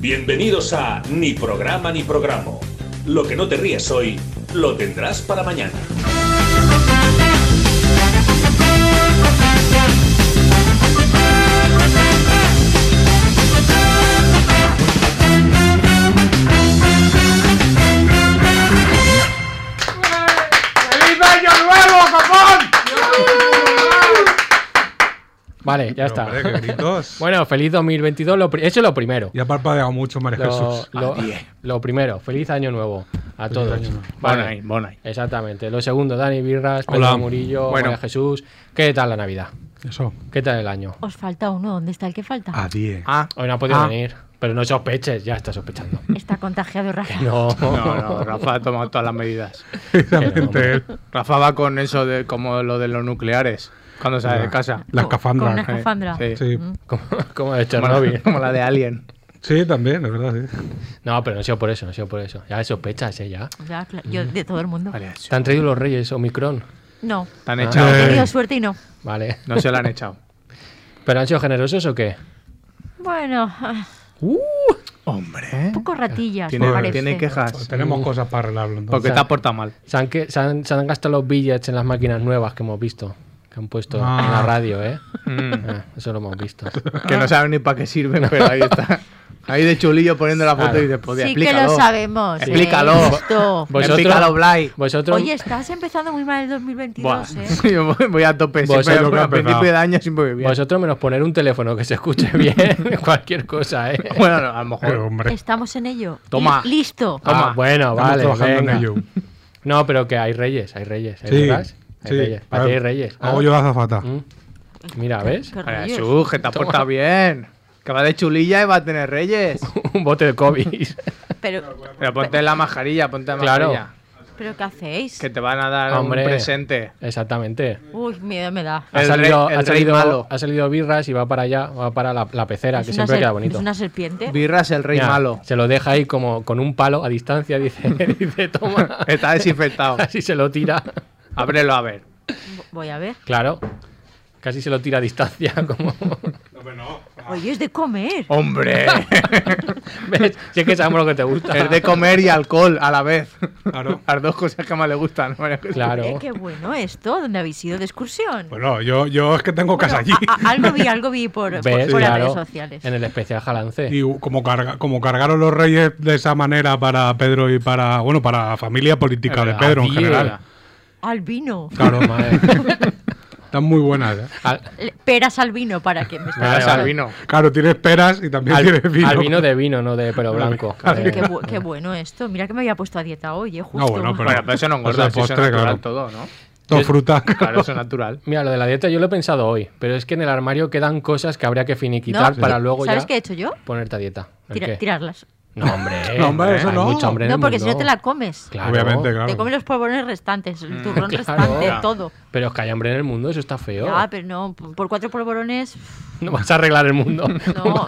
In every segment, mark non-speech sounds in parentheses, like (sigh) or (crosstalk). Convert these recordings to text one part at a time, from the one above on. Bienvenidos a Ni programa ni programa. Lo que no te ríes hoy, lo tendrás para mañana. ¡Feliz año nuevo, copón! Vale, ya Pero, está. hombre, qué gritos. (laughs) Bueno, feliz 2022. Lo pri- eso es lo primero. Ya ha parpadeado mucho, María Lo, Jesús. lo- lo primero, feliz año nuevo a todos. Vale, Bonai, Bonai. Exactamente. Lo segundo, Dani Birras, Pedro Hola. Murillo, Bueno. María Jesús. ¿Qué tal la Navidad? Eso. ¿Qué tal el año? Os falta uno, ¿dónde está el que falta? A 10. Ah, Hoy no ha podido Ah. venir, pero no sospeches, ya está sospechando. (laughs) (laughs) Está contagiado Rafa. No, no, no, Rafa ha tomado todas las medidas. Exactamente. Rafa va con eso de como lo de los nucleares, cuando sale de casa. La Con escafandra. una eh, escafandra. sí. Sí. como, como de Como la, Chernobyl. como la de Alien. sí, también, es verdad. sí. No, pero no ha sido por eso, no ha sido por eso. Ya sospechas, ¿eh? Ya. Ya, cla- yo de todo el mundo. Vale, ¿Te han traído los reyes Omicron? No. te han Ah. echado. He Eh. también. tenido suerte y no. Vale. No se la han echado. ¿Pero han sido generosos o qué? Bueno, ah, Hombre. un poco ratillas, me Eh, Tiene, parece. tiene quejas. Tenemos cosas para arreglarlo. entonces. Porque te ha portado mal. Se han, que- se han- se han gastado los billets en las máquinas nuevas que hemos visto, que han puesto en la Ah. radio, ¿eh? Mm. Ah, eso lo hemos visto. Que no saben ni para qué sirven, pero ahí está. Ahí de chulillo poniendo la foto Claro. y dices, pues, Sí que explícalo. lo sabemos. eh, Explícalo. esto. Vosotros- Explícalo, Blay. Vosotros, Oye, estás empezando muy mal el 2022, ¿eh? (laughs) Yo voy- voy a tope Vosotros siempre, que a ha principio empezado. de año siempre voy bien. vosotros menos poner un teléfono que se escuche bien, (laughs) cualquier cosa, ¿eh? Bueno, a lo Eh, mejor. hombre. Estamos en ello. (laughs) Toma. Li- Listo. Ah, bueno, Estamos vale, trabajando en venga. ello. No, pero que hay reyes, hay reyes, ¿eh? Sí. ¿Verdad? Hay sí. reyes. Para ti hay reyes. Hago Ah, yo la azafata. Mm. Mira, ¿ves? Qué Ay, rollos. Jesús, que te ha portado bien. Que va de chulilla y va a tener reyes. (laughs) un bote de COVID. Pero, Pero ponte la mascarilla, ponte la Claro. mascarilla. ¿Pero qué hacéis? Que te van a dar Hombre. un presente. Exactamente. Uy, miedo me da. Ha El salido, rey- ha, el rey salido, malo. ha salido birras y va para allá, va para la, la pecera, Es que una siempre ser- queda bonito. Es una ¿Eh? serpiente. Birras el rey Mira, malo. Se lo deja ahí como con un palo a distancia, (laughs) dice, dice toma. (laughs) Está desinfectado. (laughs) Casi se lo tira. Ábrelo a ver. Voy a ver. Claro. Casi se lo tira a distancia, (laughs) como. Oye, es de comer. ¡Hombre! ¿Ves? Si es que sabemos lo que te gusta. es de comer y alcohol a la vez. Claro. (laughs) Las dos cosas que más le gustan. (laughs) ¿no? Claro. Eh, qué bueno esto. ¿Dónde habéis ido de excursión? Bueno, yo, yo es que tengo casa allí. (laughs) Bueno, a- a- algo vi, algo vi por, por- ¿Ves? por las Claro, redes sociales. En el especial Jalance. Y u- como, carga- como cargaron los reyes de esa manera para Pedro y para, bueno, para la familia política de Ah, Pedro en tía. eh, general. Al vino. Claro, (laughs) Madre. están muy buenas. ¿eh? Al, Le- Peras al vino para que me Vale, Peras vale. al vino. Claro, tienes peras y también al- tienes vino. al vino de vino, no de pelo blanco. Oye, Eh, qué, bu- qué bueno esto. Mira que me había puesto a dieta hoy, eh, Ah, justo. No, bueno, Bueno, pero eso no engorda, Pues si de eso es postre, natural claro. todo, (laughs) ¿no? Todo Yo- fruta. Claro, eso es (laughs) natural. Mira, lo de la dieta yo lo he pensado hoy, pero es que en el armario quedan cosas que habría que finiquitar No, para sí. luego ¿Sabes ya qué he hecho yo? ponerte a dieta. ¿El Tira- qué? tirarlas. No, hombre. No, hombre, eso hay no. mucho hambre en No, el porque si no mundo. te la comes. Claro. Obviamente, claro. Te comes los polvorones restantes, el (laughs) turrón claro. restante, todo. Pero es que hay hambre en el mundo, eso está feo. Ah, pero no, p- por (laughs) cuatro polvorones. No vas a arreglar el mundo. No.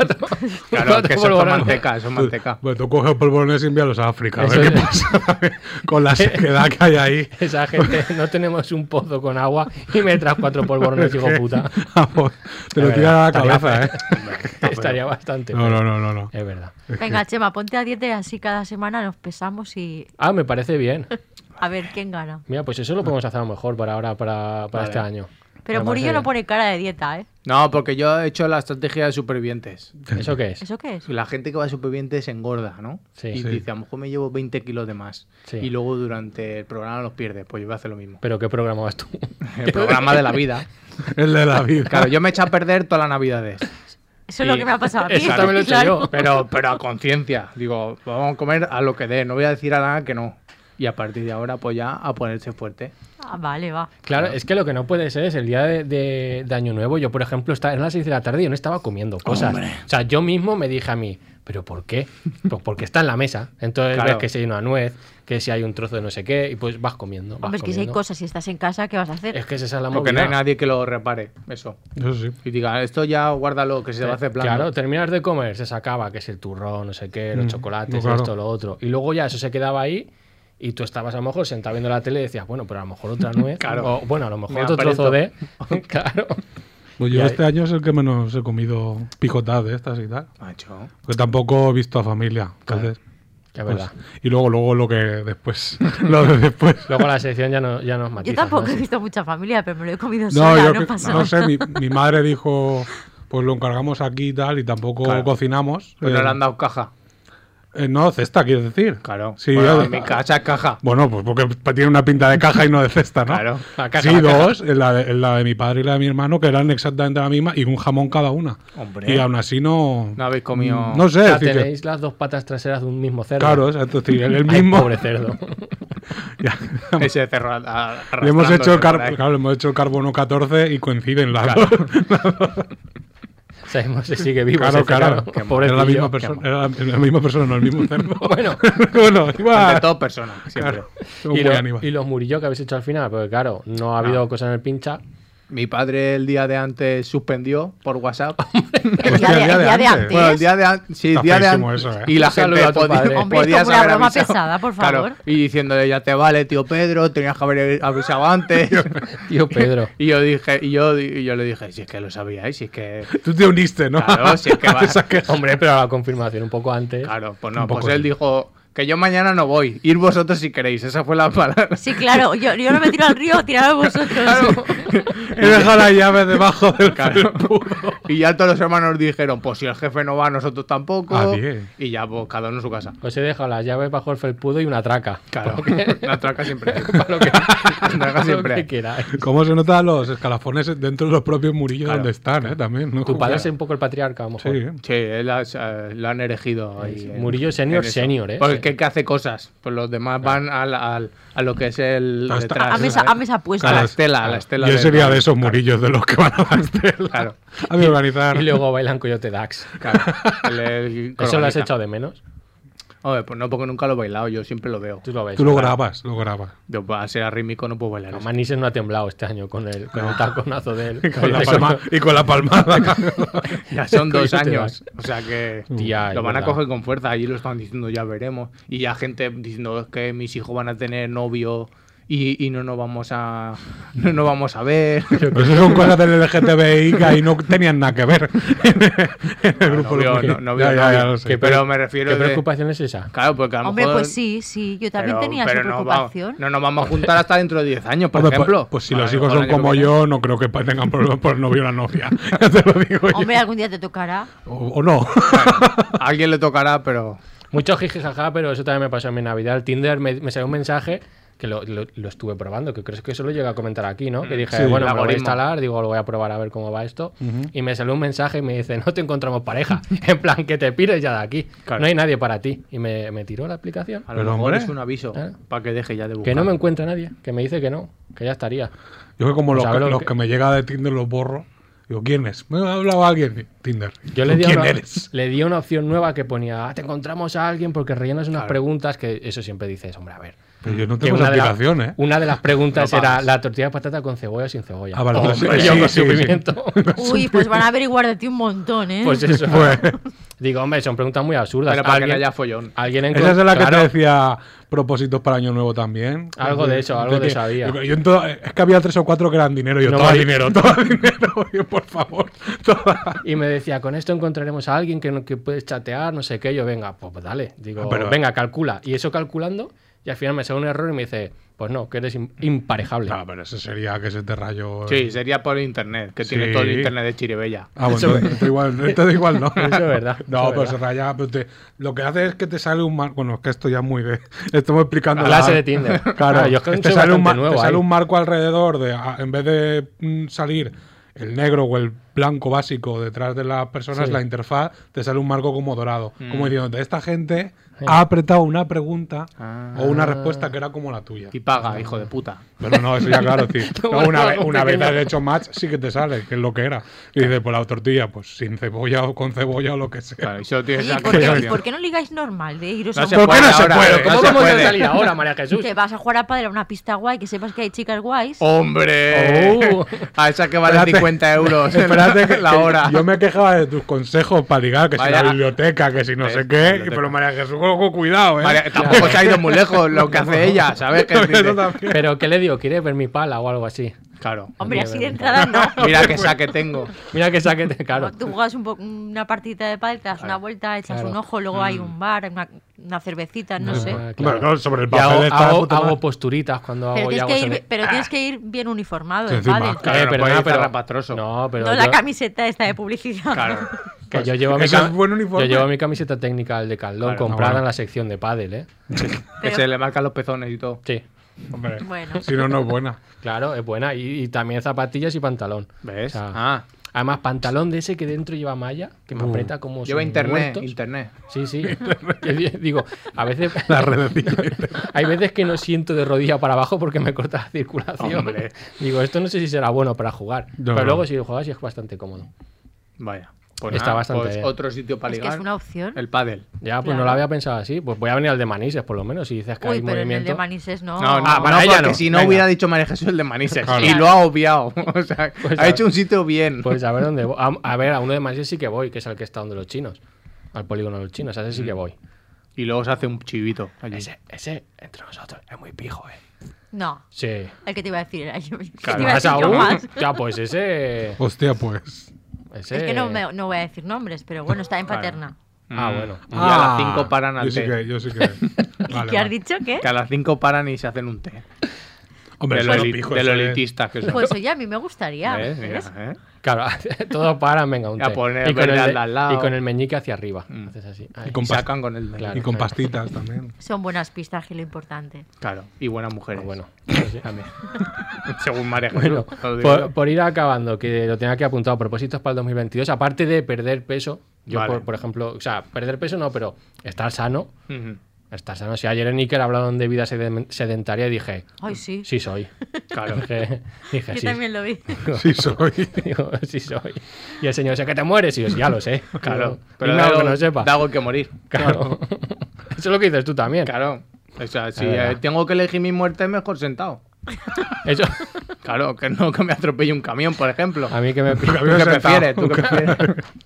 Claro, que eso es polvorones. manteca, eso es manteca. Bueno, tú coges polvorones y envíalos a África. A Eso ver qué es. pasa con la sequedad que hay ahí. Esa gente, no tenemos un pozo con agua y me traes cuatro polvorones, hijo (laughs) puta. Vamos, te lo Es tiran a verdad, la estaría cabeza, ¿eh? feo. Estaría bastante. No, feo. no, no, no. no. Es verdad. Venga, Chema, ponte a dieta y así cada semana nos pesamos y Ah, me parece bien. a ver quién gana. Mira, pues eso lo podemos hacer a lo mejor para ahora, para, Vale. para este año. Pero Me Murillo no parece pone cara de dieta, ¿eh? No, porque yo he hecho la estrategia de supervivientes. bien. ¿Eso qué es? ¿Eso qué es? La gente que va a supervivientes engorda, ¿no? Sí. y Sí. dice, a lo mejor me llevo 20 kilos de más. Sí. Y luego durante el programa los pierde. Pues yo voy a hacer lo (laughs) mismo. ¿Pero qué programa vas tú? El programa de la vida. El de la vida. Claro, yo me he echado a perder todas las (laughs) navidades. Eso es lo Y- que me ha pasado a mí. Eso también lo he hecho claro. yo. Pero, pero a conciencia. Digo, vamos a comer a lo que dé. No voy a decir a nada que no. Y a partir de ahora, pues ya a ponerse fuerte. Ah, vale, va. Claro, es que lo que no puede ser es el día de, de- de Año Nuevo. Yo, por ejemplo, estaba, en las 6 de la tarde y yo no estaba comiendo cosas. O sea, yo mismo me dije a mí, ¿pero por qué? Pues porque está en la mesa. Entonces Claro. ves que si hay una nuez, que si hay un trozo de no sé qué, y pues vas comiendo. vas Hombre, es que si hay comiendo. cosas, si estás en casa, ¿qué vas a hacer? Es que esa es la Porque no hay movida. nadie que lo repare. Eso. Eso sí. Y diga, esto ya guárdalo, que se te va a hacer plano. Eh, Claro, terminas de comer, se sacaba, que es el turrón, no sé qué, los Mm, chocolates, no, claro. esto, lo otro. Y luego ya eso se quedaba ahí y tú estabas a lo mejor sentado viendo la tele y decías, bueno, pero a lo mejor otra (laughs) nuez. Claro. O bueno, a lo mejor Me otro aprieto. trozo de. (laughs) claro. Pues Y yo ahí- este año es el que menos he comido picotadas de estas y tal. Macho. pues Porque tampoco he visto a familia. Entonces, Que es pues, verdad. y luego, luego lo que después. (laughs) lo de después. Luego la sección ya, no, ya nos matiza. Yo tampoco he visto mucha familia, pero me lo he comido No, sola, yo no que- pasa no nada. sé, mi, mi madre dijo, pues lo encargamos aquí y tal, y tampoco Claro. cocinamos. Pero no Eh, le han dado caja. eh, no, cesta, quieres decir. Claro. Sí, Bueno, yo- en mi casa es (laughs) caja. Bueno, pues porque tiene una pinta de caja y no de cesta, ¿no? Claro, la caja, sí, la caja. dos, en La, de, en la de mi padre y la de mi hermano, que eran exactamente la misma, y un jamón cada una. Hombre. Y aún así no. No habéis comido. No sé, Ya decir que- tenéis las dos patas traseras de un mismo cerdo. Claro, exacto, es decir, el, (laughs) el Ay, mismo. pobre cerdo. Ya. (laughs) Ese cerro a- ¿eh? a- Le hemos, hecho arrastrándose el por car- ahí. claro, le hemos hecho el carbono 14 y coinciden las Claro. (laughs) dos. Sabemos si sigue vivo. Claro, ese claro. cerdo. (laughs) (laughs) Era la Pobrecillo. misma persona, era la, la misma persona, no el mismo cerdo. (laughs) Bueno. bueno, igual. Ante todo, personas. Siempre. Ah. Claro. Y, Muy lo- Aníbal. y los murillos que habéis hecho al final, porque claro, no ha habido cosas en el pincha. Mi padre el día de antes suspendió por WhatsApp. El día Hostia, de, el día de antes. Bueno, el día de antes. Sí, el Está día de feísimo antes. eso, ¿eh? Y la Un saludo gente a tu podía, padre. Hombre, podías esto es una haber broma avisado. pesada, por Claro, favor. y diciéndole, ya te vale, tío Pedro, tenías que haber avisado antes. (laughs) Tío Pedro. y yo dije, y yo, y yo le dije, si es que lo sabíais, si es que. Tú te uniste, ¿no? Claro, si es (laughs) que va- Esa queja. Hombre, pero la confirmación un poco antes. Claro, pues Un no, poco pues él sí. dijo, que yo mañana no voy, ir vosotros si queréis. Esa fue la palabra. Sí, claro, yo, yo no me tiro al río, tirad vosotros. He dejado la llave debajo del felpudo. (laughs) Y ya todos los hermanos dijeron, pues si el jefe no va, nosotros tampoco. Ah, bien. Y ya, pues cada uno en su casa. Os he dejado las llaves bajo el felpudo y una (laughs) traca. Claro, (laughs) Porque- la traca siempre. hay. para (laughs) lo que, Traca para lo siempre que hay. queráis. ¿Cómo se notan los escalafones dentro de los propios murillos Claro. donde están, eh? También, ¿no? Tu padre es un poco el patriarca, a lo Sí, mejor. eh. Sí, él has- eh, lo han erigido. ahí, Sí, eh, Murillo senior, en eso. senior, ¿eh? Porque el que hace cosas, pues los demás van al, al- a lo que es el Ah, está- detrás. A mesa, a mesa A puesta. la Claro. estela, a la estela. Yo del- sería de esos murillos de los que van a la estela. Claro, A mí organizar. Y luego bailan Coyote Dax. (laughs) claro. El- el ¿Eso lo has organiza. echado de menos? Hombre, pues no, porque nunca lo he bailado, yo siempre lo veo. Tú lo ves. Tú lo grabas, lo grabas. Yo, pues, a ser arrítmico no puedo bailar. No, eso. Manises no ha temblado este año con el, con Ah. el taconazo del. (laughs) Con la palma- y con la palmada. Ya (laughs) son dos Coyote años. O sea que Mm. Tía, lo es van a verdad. coger con fuerza. Allí lo están diciendo, ya veremos. Y ya gente diciendo es que mis hijos van a tener novio y, y no nos vamos a no nos vamos a (laughs) ver. Pero Pues eso son cosas del LGTBI que ahí no tenían nada que ver. el grupo novio, de- no- novio, ya, ya, ya novio. lo sé. Que- pero me refiero ¿Qué de- preocupación es esa? Claro, porque a lo Hombre, mejor- pues sí, sí, yo también pero- tenía pero esa no va- preocupación. No, nos vamos a juntar hasta dentro de 10 años, por Hombre, pues- ejemplo. Pues, si los A lo hijos mejor el son año como que yo, no creo que pa- tengan problemas por el novio o la novia. (laughs) Ya te lo digo yo. Hombre, algún día te tocará. O, o no. viene, A (laughs) alguien le tocará, pero Mucho jiji jaja, pero eso también me pasó en mi Navidad. El Tinder me, me salió un mensaje que lo, lo- lo estuve probando, que creo que eso lo llegué a comentar aquí, ¿no? Que dije, Sí, bueno, Mm, el me lo voy a algoritmo. instalar, digo, lo voy a probar a ver cómo va esto. Y me salió un mensaje y me dice, no te encontramos pareja. (laughs) en plan, que te pires ya de aquí. Claro. Ah, No hay nadie para ti. Y me, me tiró la aplicación. a lo Pero, mejor hombre. ¿Eh? es un aviso Claro. para que deje ya de buscar. Que no me encuentra nadie, que me dice que no, que ya estaría. Yo que como Pues los, a que, ver lo los que- que me llega de Tinder los borro. Digo, ¿quién es? Me ha hablado alguien. Tinder. Yo le di, ¿Quién una, eres? le di una opción nueva que ponía, "Ah, te encontramos a alguien porque rellenas unas preguntas, que eso siempre dices, hombre, a ver. Pero yo no Que tengo esa de la- aplicación, ¿eh? una de las preguntas No era pagas. la tortilla de patata con cebolla o sin cebolla. (laughs) Ah, vale, Oh, pues sí, hombre, sí, yo con sí, su sí. pimiento. (laughs) Uy, pues van a averiguar de ti un montón, ¿eh? Pues eso. Pues- Digo, hombre, son preguntas muy absurdas. Pero para que no Alguien- haya follón. alguien encon- Esa es la que claro, te decía propósitos para Año Nuevo también. Algo de eso, algo de que- eso había. yo- yo en todo- es que había tres o cuatro que eran dinero. Yo, No todo vale. dinero, todo (laughs) dinero. Yo, por favor. toda- Y me decía, con esto encontraremos a alguien que, no- que puedes chatear, no sé qué. Yo, venga, pues dale. Digo, Ah, pero- venga, calcula. Y eso calculando, y al final me sale un error y me dice, pues no, que eres im- imparejable. No, pero eso sería que se te rayó. el- Sí, sería por internet, que tiene Sí. todo el internet de Chiribella. Ah, bueno, entonces, entonces igual, entonces igual no. (laughs) Eso es verdad, No, eso es pero verdad. se raya. pero te- lo que hace es que te sale un mar. Bueno, es que esto ya es muy de. Estamos explicando. la- Clase de Tinder. (laughs) Claro, Ah, yo es que te, soy sale bastante un mar- nuevo te ahí. sale un marco alrededor de. ah, En vez de mm, salir el negro o el blanco básico detrás de las personas, Sí. Mm. la interfaz, te sale un marco como dorado. Como diciéndote, esta gente ha apretado una pregunta Ah. o una respuesta que era como la tuya. Y paga, hijo de puta. Pero no, eso ya claro, (laughs) sí. Lo No, guardo una vez, algo una vez pequeño. has hecho match, sí que te sale, que es lo que era. Y dices, pues la tortilla, pues sin cebolla o con cebolla o lo que sea. Claro, y solo tienes Oye, esa ¿y ¿por, qué, condición. por qué no ligáis normal de iros No a se un ¿Por qué no puede se ahora, puede? eh, ¿Cómo no ¿Cómo se vamos a puede. salir ahora, María Jesús? Te vas a jugar a padre a una pista guay, que sepas que hay chicas guays. Oh, ¡Hombre! Oh. A esa que vale Espérate. 50 euros. Espérate (laughs) que la hora. Yo me quejaba de tus consejos para ligar, que Vaya. si la biblioteca, que si no Es sé qué. biblioteca. Pero María Jesús, con cuidado, eh. Vale, (laughs) tampoco se ha ido muy lejos lo que hace ella, ¿sabes? Que Eso dice, también. Pero ¿qué le digo? ¿Quieres ver mi pala o algo así? Claro. Hombre, Hombre, así de verdad. entrada no. Mira (laughs) qué saque tengo. Mira que saque, claro. Tú juegas un po- una partidita de pádel, te das una vuelta, echas Claro. un ojo, luego hay un bar, una, una cervecita, no, Ah, sé. claro. Hombre, claro, sobre el Y hago, papel está de hago- puta madre. hago posturitas cuando Pero, hago y tienes hago que, sobre- ir, pero tienes que ir bien uniformado Sí, de encima, Claro, pádel. no perdona, puedes ir pero- zarrapastroso. No, pero no yo- la camiseta esta de publicidad. Claro. que yo llevo mi Eso cam- es buen uniforme. yo llevo mi camiseta técnica del de Caldón Claro, no, comprada en bueno. la sección de pádel, ¿eh? Que Pero- se le marcan los pezones y todo. Sí, Hombre, Bueno. si no, no (laughs) es buena. claro, es buena y, y también zapatillas y pantalón. ¿Ves? O sea, Ah, Además pantalón de ese que dentro lleva malla, que me aprieta como Uh. lleva si internet, muertos. internet. Sí, (laughs) sí. Que di- Digo, a veces La red de (laughs) hay veces que no siento de rodilla para abajo porque me corta la circulación. Hombre. Digo, esto no sé si será bueno para jugar, No. pero luego si lo juegas sí es bastante cómodo. Vaya. Pues Está nada, bastante pues bien. otro sitio para Es que ligar. es una opción. El pádel. Ya, pues Claro. no lo había pensado así. Pues voy a venir al de Manises, por lo menos, si dices que Uy, hay pero en el movimiento. de Manises no. No, no, Ah, para no, ella porque no. si no Venga. hubiera dicho María Jesús el de Manises. Claro. Y lo ha obviado. (laughs) O sea, Pues ha a- hecho un sitio bien. Pues a ver dónde (laughs) voy. A, a ver, a uno de Manises sí que voy, que es al que está donde los chinos. Al polígono de los chinos, a ese sí que voy. Y luego se hace un chivito allí. Ese, ese, entre nosotros, es muy pijo, eh. No, Sí. el que te iba a decir (laughs) era yo. el que Claro, te iba a más decir yo aún. más. Ya, pues ese. Hostia, pues. ese- Es que no, me- no voy a decir nombres, pero bueno, está en paterna. Ah, bueno. Mm. Y a las 5 cinco paran al Yo sí té. que, (laughs) yo sí que. Vale, ¿Qué has vale. dicho? ¿Qué? Que a las 5 paran y se hacen un té. Hombre, de lo, eso eli- es pijo, de lo eso es- elitistas que son. Pues oye, a mí me gustaría. ¿Ves? Mira, ¿ves? (laughs) ¿eh? Claro, (laughs) todos paran, venga, un Ya té. poner y, con verde el, al de- al lado. Mm. y con el meñique hacia arriba. Haces así. Ay. Y con Y pas- sacan con el dedo. Claro. Y con pastitas (laughs) también. Son buenas pistas, que es lo importante. Claro, y buenas mujeres. Ah, Bueno, eso (laughs) sí. También. (laughs) Según María Jesús. Bueno, pues- no lo digo por, yo. por ir acabando, que lo tenía aquí apuntado, propósitos para el 2022, aparte de perder peso, yo Vale. por, por ejemplo, o sea, perder peso no, pero estar sano, Ujú. estar sano. Si ayer en Iker hablaron de vida sedem- sedentaria, dije, Ay, sí. sí (laughs) soy. Claro, (laughs) dije, dije, Yo sí, también lo vi. Sí, soy. (laughs) Digo, sí soy. Y el señor dice, que te mueres, y yo, ya lo sé. Claro, pero pero no, de algo, que no sepa. de algo que morir. (laughs) (laughs) Claro. Eso es lo que dices tú también. Claro. O sea, si Es verdad. eh, tengo que elegir mi muerte, mejor sentado. Eso, Claro, que no que me atropelle un camión, por ejemplo. a mí (laughs) que me ¿Tú camión qué sentado. prefieres? ¿Tú qué prefieres? (laughs)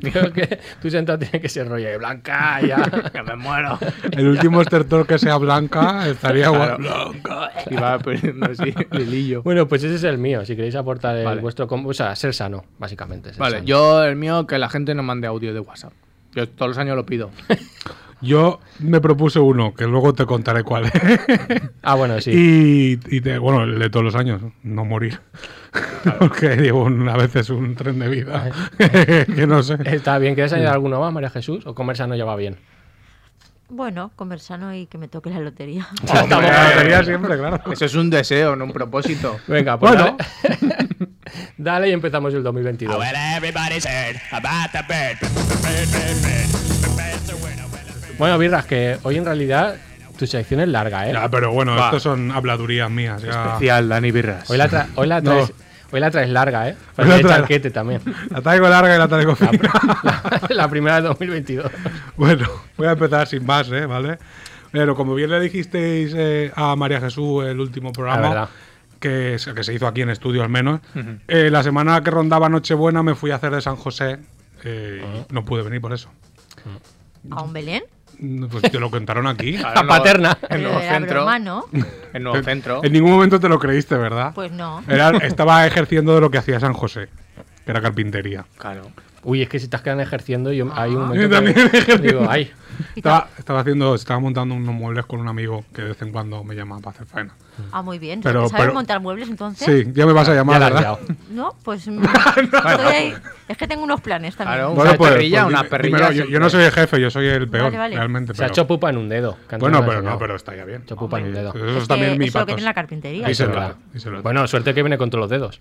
Creo que tú sentado tiene que ser rollo de blanca, ya. que me muero. El último estertor que sea blanca estaría guay. Blanca. Y va perdiendo así el hilillo. Bueno, pues ese es el mío. Si queréis aportar el Vale. vuestro. com- O sea, ser sano, básicamente. ser Vale, sano. yo el mío que la gente no mande audio de WhatsApp. Yo todos los años lo pido. (laughs) Yo me propuse uno, que luego te contaré cuál es. Ah, bueno, sí. (laughs) Y, y te- bueno, el de todos los años, no morir. (laughs) Porque digo, un- a veces un tren de vida. (laughs) que no sé. Está bien. Mm. ¿Quieres añadir alguno más, María Jesús? ¿O comer sano ya va bien? Bueno, comer sano y que me toque la lotería. Como la lotería siempre, claro. Eso es un deseo, no un propósito. Venga, pues Bueno. dale. (laughs) Dale y empezamos el 2022. Bueno, Birras, que hoy en realidad tu sección es larga, ¿eh? Ya, pero bueno, Va. estos son habladurías mías. Ya. Especial, Dani Birras. Hoy la, tra- hoy la (laughs) No. traes, hoy la traes larga, ¿eh? Hoy la Para el traes- charquete también. La traigo larga y la traigo fina. (laughs) la primera de 2022. Bueno, (laughs) voy a empezar sin más, ¿eh? ¿vale? Pero como bien le dijisteis eh, a María Jesús el último La programa, verdad. que, se- que se hizo aquí en estudio al menos, eh, la semana que rondaba Nochebuena me fui a hacer de San José eh, Ah. y no pude venir por eso. ¿A un Belén? Mm, Pues te lo (laughs) contaron aquí. Claro, La no- paterna. (laughs) El Pero nuevo era centro. broma, ¿no? (laughs) El nuevo centro. En ningún momento te lo creíste, ¿verdad? Pues no. Era- estaba ejerciendo de lo que hacía San José, que era carpintería. Claro. Uy, es que si estás quedan ejerciendo, yo hay un Ah. Yo momento. también que, ejerciendo. digo, ay. Estaba, estaba haciendo, estaba montando unos muebles con un amigo que de vez en cuando me llama para hacer faena. Ah, muy bien. Pero- ¿Sabes pero- montar muebles entonces? Sí, ya me vas a Ya llamar, la has ¿verdad? liado. No, (laughs) pues mm, estoy ahí. Es que tengo unos planes también. Claro. Bueno, Una pues- perrilla, pues una dime- perrilla dímelo. Yo, yo siempre. no soy el jefe, yo soy el peor, Vale, vale. realmente. Se ha pero- hecho pupa en un dedo. que antes bueno, me pero enseñó. no, pero está ya bien. Se ha hecho pupa en un dedo. Eso Es es también que mi eso es lo que patos. tiene la carpintería. Ahí se Eso es lo- verdad. ahí se lo- Bueno, suerte que viene con todos los dedos.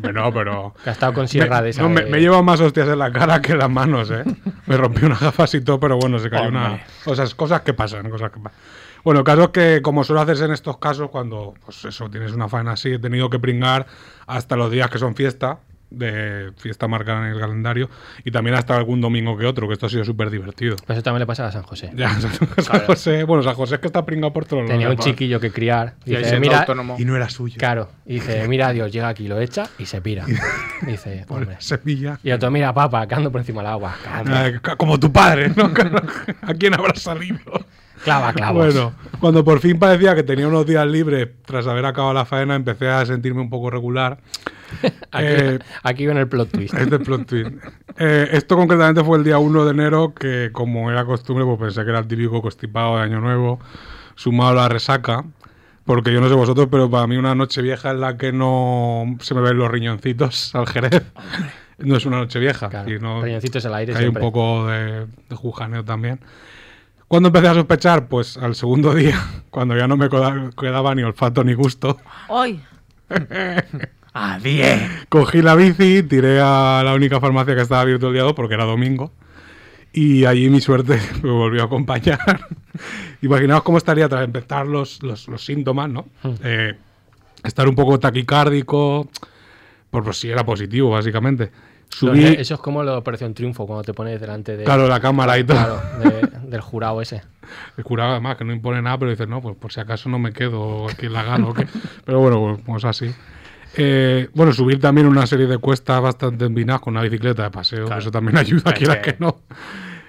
Bueno, pero... Que ha estado con sierra me, de esa. no, me, de- me he llevado más hostias en la cara que en las manos, ¿eh? Me rompí unas gafas y todo, pero bueno, se cayó una... Hombre. Cosas, cosas que pasan, cosas que pasan. Bueno, el caso es que, como suelo hacerse en estos casos, cuando, pues eso, tienes una faena así, he tenido que pringar hasta los días que son fiesta, de fiesta marcada en el calendario, y también hasta algún domingo que otro, que esto ha sido súper divertido. Pero Eso también le pasa a San José. (laughs) Ya, San José, bueno, San José es que está pringado por todos lados. Tenía un además. chiquillo que criar. Y ahí Dice, siendo mira, autónomo. Y no era suyo. claro. Y dice, mira, Dios, llega aquí, lo echa y se (laughs) pira. Dice, hombre. Pobre Sevilla. Y otro, mira, papá, que ando por encima del agua. (laughs) Ah, ca- Como tu padre, ¿no? ¿A quién habrá salido? Clava, clavos. Bueno, cuando por fin parecía que tenía unos días libres tras haber acabado la faena, empecé a sentirme un poco regular. (laughs) aquí, eh, aquí viene el plot twist. Este plot twist. Eh, esto concretamente fue el día 1 de enero, que como era costumbre, pues pensé que era el típico constipado de Año Nuevo, sumado a la resaca. Porque yo no sé vosotros, pero para mí una noche vieja en la que no se me ven los riñoncitos (laughs) al jerez. No es una noche vieja. Claro, sino riñoncitos al aire que Hay un siempre. poco de, de jujaneo también. Cuando empecé a sospechar? Pues al segundo (laughs) día, cuando ya no me coda- quedaba ni olfato ni gusto. Hoy. ¡A 10! Cogí la bici, tiré a la única farmacia que estaba abierta el día 2 porque era domingo. Y allí mi suerte (laughs) me volvió a acompañar. (laughs) Imaginaos cómo estaría tras empezar los, los- los síntomas, ¿no? Hmm. Eh, estar un poco taquicárdico, por, por si era positivo, básicamente. Subí, Entonces, Eso es como la Operación Triunfo, cuando te pones delante de, claro, la cámara y todo. claro, de- del jurado ese. El curado además que no impone nada, pero dice, no, pues por si acaso no me quedo aquí en la gana. o qué". (laughs) Pero bueno, pues así. Eh, bueno, subir también una serie de cuestas bastante envinadas con una bicicleta de paseo, que eso también (laughs) ayuda, Es quieras que- que no.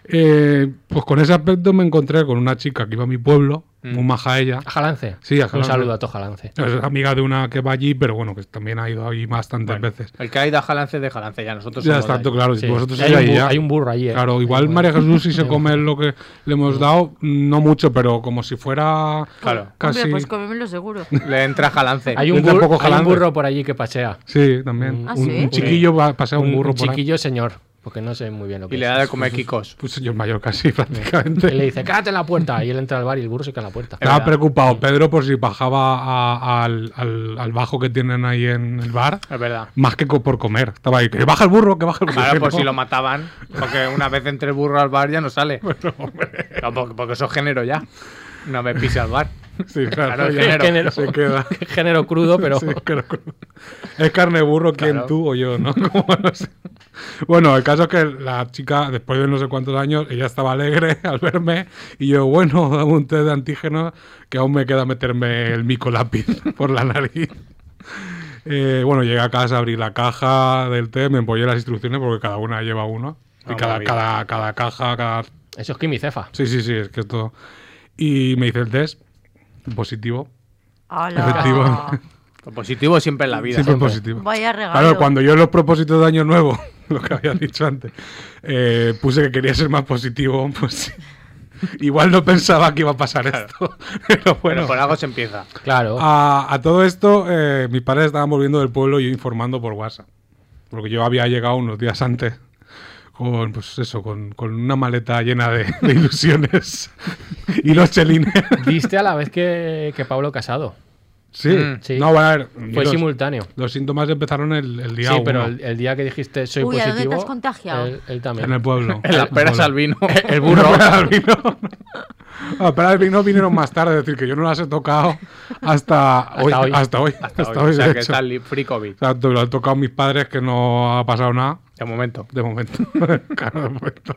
Eh, pues con ese aspecto me encontré con una chica que iba a mi pueblo, Mm. muy maja ella. ¿A Jalance? Sí, a Jalance. Un saludo a todo Jalance. Es amiga de una que va allí, pero bueno, que también ha ido allí bastantes veces. El que ha ido a Jalance de Jalance, ya nosotros Ya somos es tanto, de ahí. claro. Sí. Vosotros Y hay, sois un ahí bu- ya. hay un burro allí. eh. Claro, igual Hay un burro. Mm. María (laughs) Jesús si se Sí. come lo que le hemos dado, no mucho, pero como si fuera Claro. casi... Hombre, pues (laughs) comérmelo seguro. Le entra Jalance. Hay un, Eh, Yo bur- tampoco hay un Jalance. burro por allí que pasea. Sí, también. Mm. ¿Ah, un, sí? un chiquillo va- pasea un burro por ahí. chiquillo señor, porque no sé muy bien lo que Y le es. da de comer Kikos. Un señor Pues mayor casi, (laughs) Y le prácticamente. dice, cállate en la puerta. Y él entra al bar y el burro se cae en la (laughs) puerta. (laughs) Estaba verdad. preocupado Pedro por si bajaba a- al, al- al bajo que tienen ahí en el bar, Es verdad. más que co- por comer. Estaba ahí, que baja el burro, que baja el burro. Claro, que por no. si lo mataban, porque una vez entre el burro al bar ya no (laughs) sale. No, porque, porque eso es género ya. Una vez pise al bar. Sí, claro, (laughs) Claro, ya género. se queda. Género crudo, pero... (laughs) Sí, creo que- Es carne de burro, ¿quién Claro. tú o yo? ¿no? (laughs) Como no sé. Bueno, el caso es que la chica, después de no sé cuántos años, ella estaba alegre (laughs) al verme y yo, bueno, dame un test de antígenos que aún me queda meterme el mico lápiz (laughs) por la nariz. Eh, bueno, llegué a casa, abrí la caja del té, me empollé las instrucciones porque cada una lleva uno. Y Ah, cada, maravilla. cada, cada caja, cada Eso es quimicefa. Sí, sí, sí, es que esto. Y me hice el test, positivo. ¡Hala! Efectivamente. Lo positivo siempre en la vida. ¿eh? siempre Siempre. positivo. Vaya regalo. Claro, cuando yo en los propósitos de Año Nuevo, (laughs) lo que había dicho antes, eh, puse que quería ser más positivo, pues igual no pensaba que iba a pasar esto. (laughs) Pero bueno, Pero por algo se empieza. Claro. a, a todo esto, eh, mis padres estaban volviendo del pueblo y yo informando por WhatsApp. Porque yo había llegado unos días antes con, pues eso, con, con una maleta llena de, de ilusiones (laughs) y los chelines. (laughs) Diste a la vez que, que Pablo Casado. Sí. Mm, sí. No, bueno, a ver. Fue los, simultáneo. los síntomas empezaron el, el día sí, pero uno, el, el día que dijiste soy Uy, ¿a positivo... dónde te has contagiado? Él, él también. en el pueblo. (laughs) En las peras Bueno. al vino. (laughs) El (laughs) Burro. burro. al vino. Las peras al vino vinieron más tarde, es decir, que yo no las he tocado hasta, hoy, hoy. Hasta hoy. Hasta hoy. hasta hoy, o de sea que hecho. está li- free COVID. Exacto, lo han tocado mis padres, que no ha pasado nada De momento. de momento. (laughs) Claro, de momento.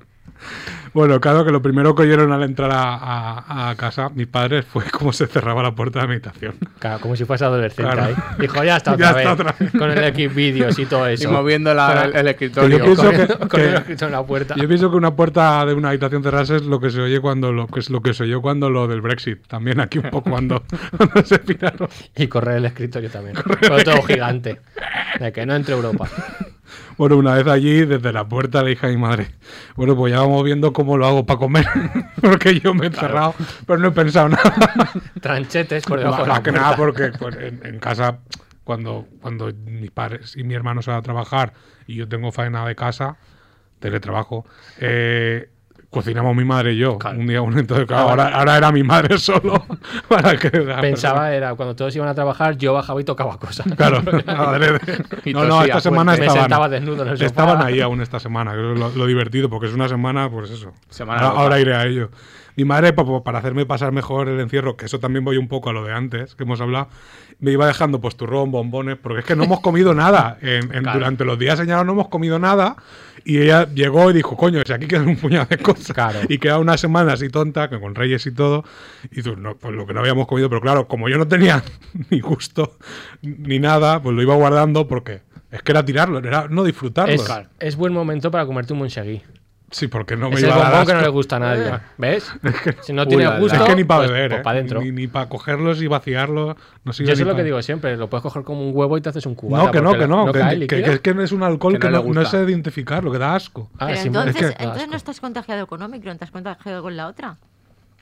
Bueno, claro que lo primero que oyeron al entrar a, a- a casa mis padres fue cómo se cerraba la puerta de la habitación. Claro, como si fuese adolescente Claro. ahí. Dijo, ya está (laughs) Ya otra, está vez. otra vez. Con el X vídeos y todo (laughs) Y eso. moviendo la- el, el escritorio. Yo pienso Corre- que- Con el escrito en la puerta. Yo pienso que una puerta de una habitación cerrada es lo que se oye cuando lo que es lo que se oyó cuando lo del Brexit. También aquí un poco cuando, (laughs) cuando se piraron. Y correr el escritorio (laughs) también. Con todo gigante. De que no entre Europa. Bueno, una vez allí, desde la puerta le dije a mi madre, bueno, pues ya vamos viendo cómo lo hago para comer, (laughs) porque yo me he encerrado, pero no he pensado nada. Tranchetes por Más debajo de la que nada puerta. (laughs) porque pues, en, en casa, cuando, cuando mis padres y mi hermano se van a trabajar y yo tengo faena de casa, teletrabajo, eh, cocinamos mi madre y yo. Un día uno, entonces claro, ahora, ahora era mi madre (laughs) solo para que la Pensaba era cuando todos iban a trabajar, yo bajaba y tocaba cosas. (laughs) persona- (laughs) Claro, adrede. Y No, no, tosía esta fuerte. semana pues, Me estaban, sentaba desnudo en el sofá. estaban ahí aún esta semana, que es lo, lo divertido, porque es una semana, pues eso. Semana ahora, loca. ahora iré a ello. Mi madre, pa- pa- para hacerme pasar mejor el encierro, que eso también voy un poco a lo de antes, que hemos hablado, me iba dejando posturrón, bombones, porque es que no hemos comido nada. En- en- Claro. Durante los días señalados no hemos comido nada. Y ella llegó y dijo, coño, si aquí quedan un puñado de cosas. Claro. Y queda una semana así tonta, que con reyes y todo. Y tú, no, pues lo que no habíamos comido, pero claro, como yo no tenía (laughs) ni gusto ni nada, pues lo iba guardando porque es que era tirarlo, era no disfrutarlo. Es, es buen momento para comerte un monchagui. Sí, porque no me es el iba a dar bombón que no asco. le gusta a nadie. (laughs) ¿Ves? Si no Uy, tiene la, la. gusto, Es que ni para pues- beber, pues ¿eh? pa' dentro. Ni, para cogerlos y vaciarlos. No sirve Yo eso ni es lo pa- que digo siempre, lo puedes coger como un huevo y te haces un cubata. No, que no, porque que la- no. Que, cae que- líquido. que es que no es un alcohol Que que, no no, le no gusta. sé identificar, lo que da asco. Ah, Pero sí, entonces, es que- entonces no estás contagiado con Omicron, estás contagiado con la otra.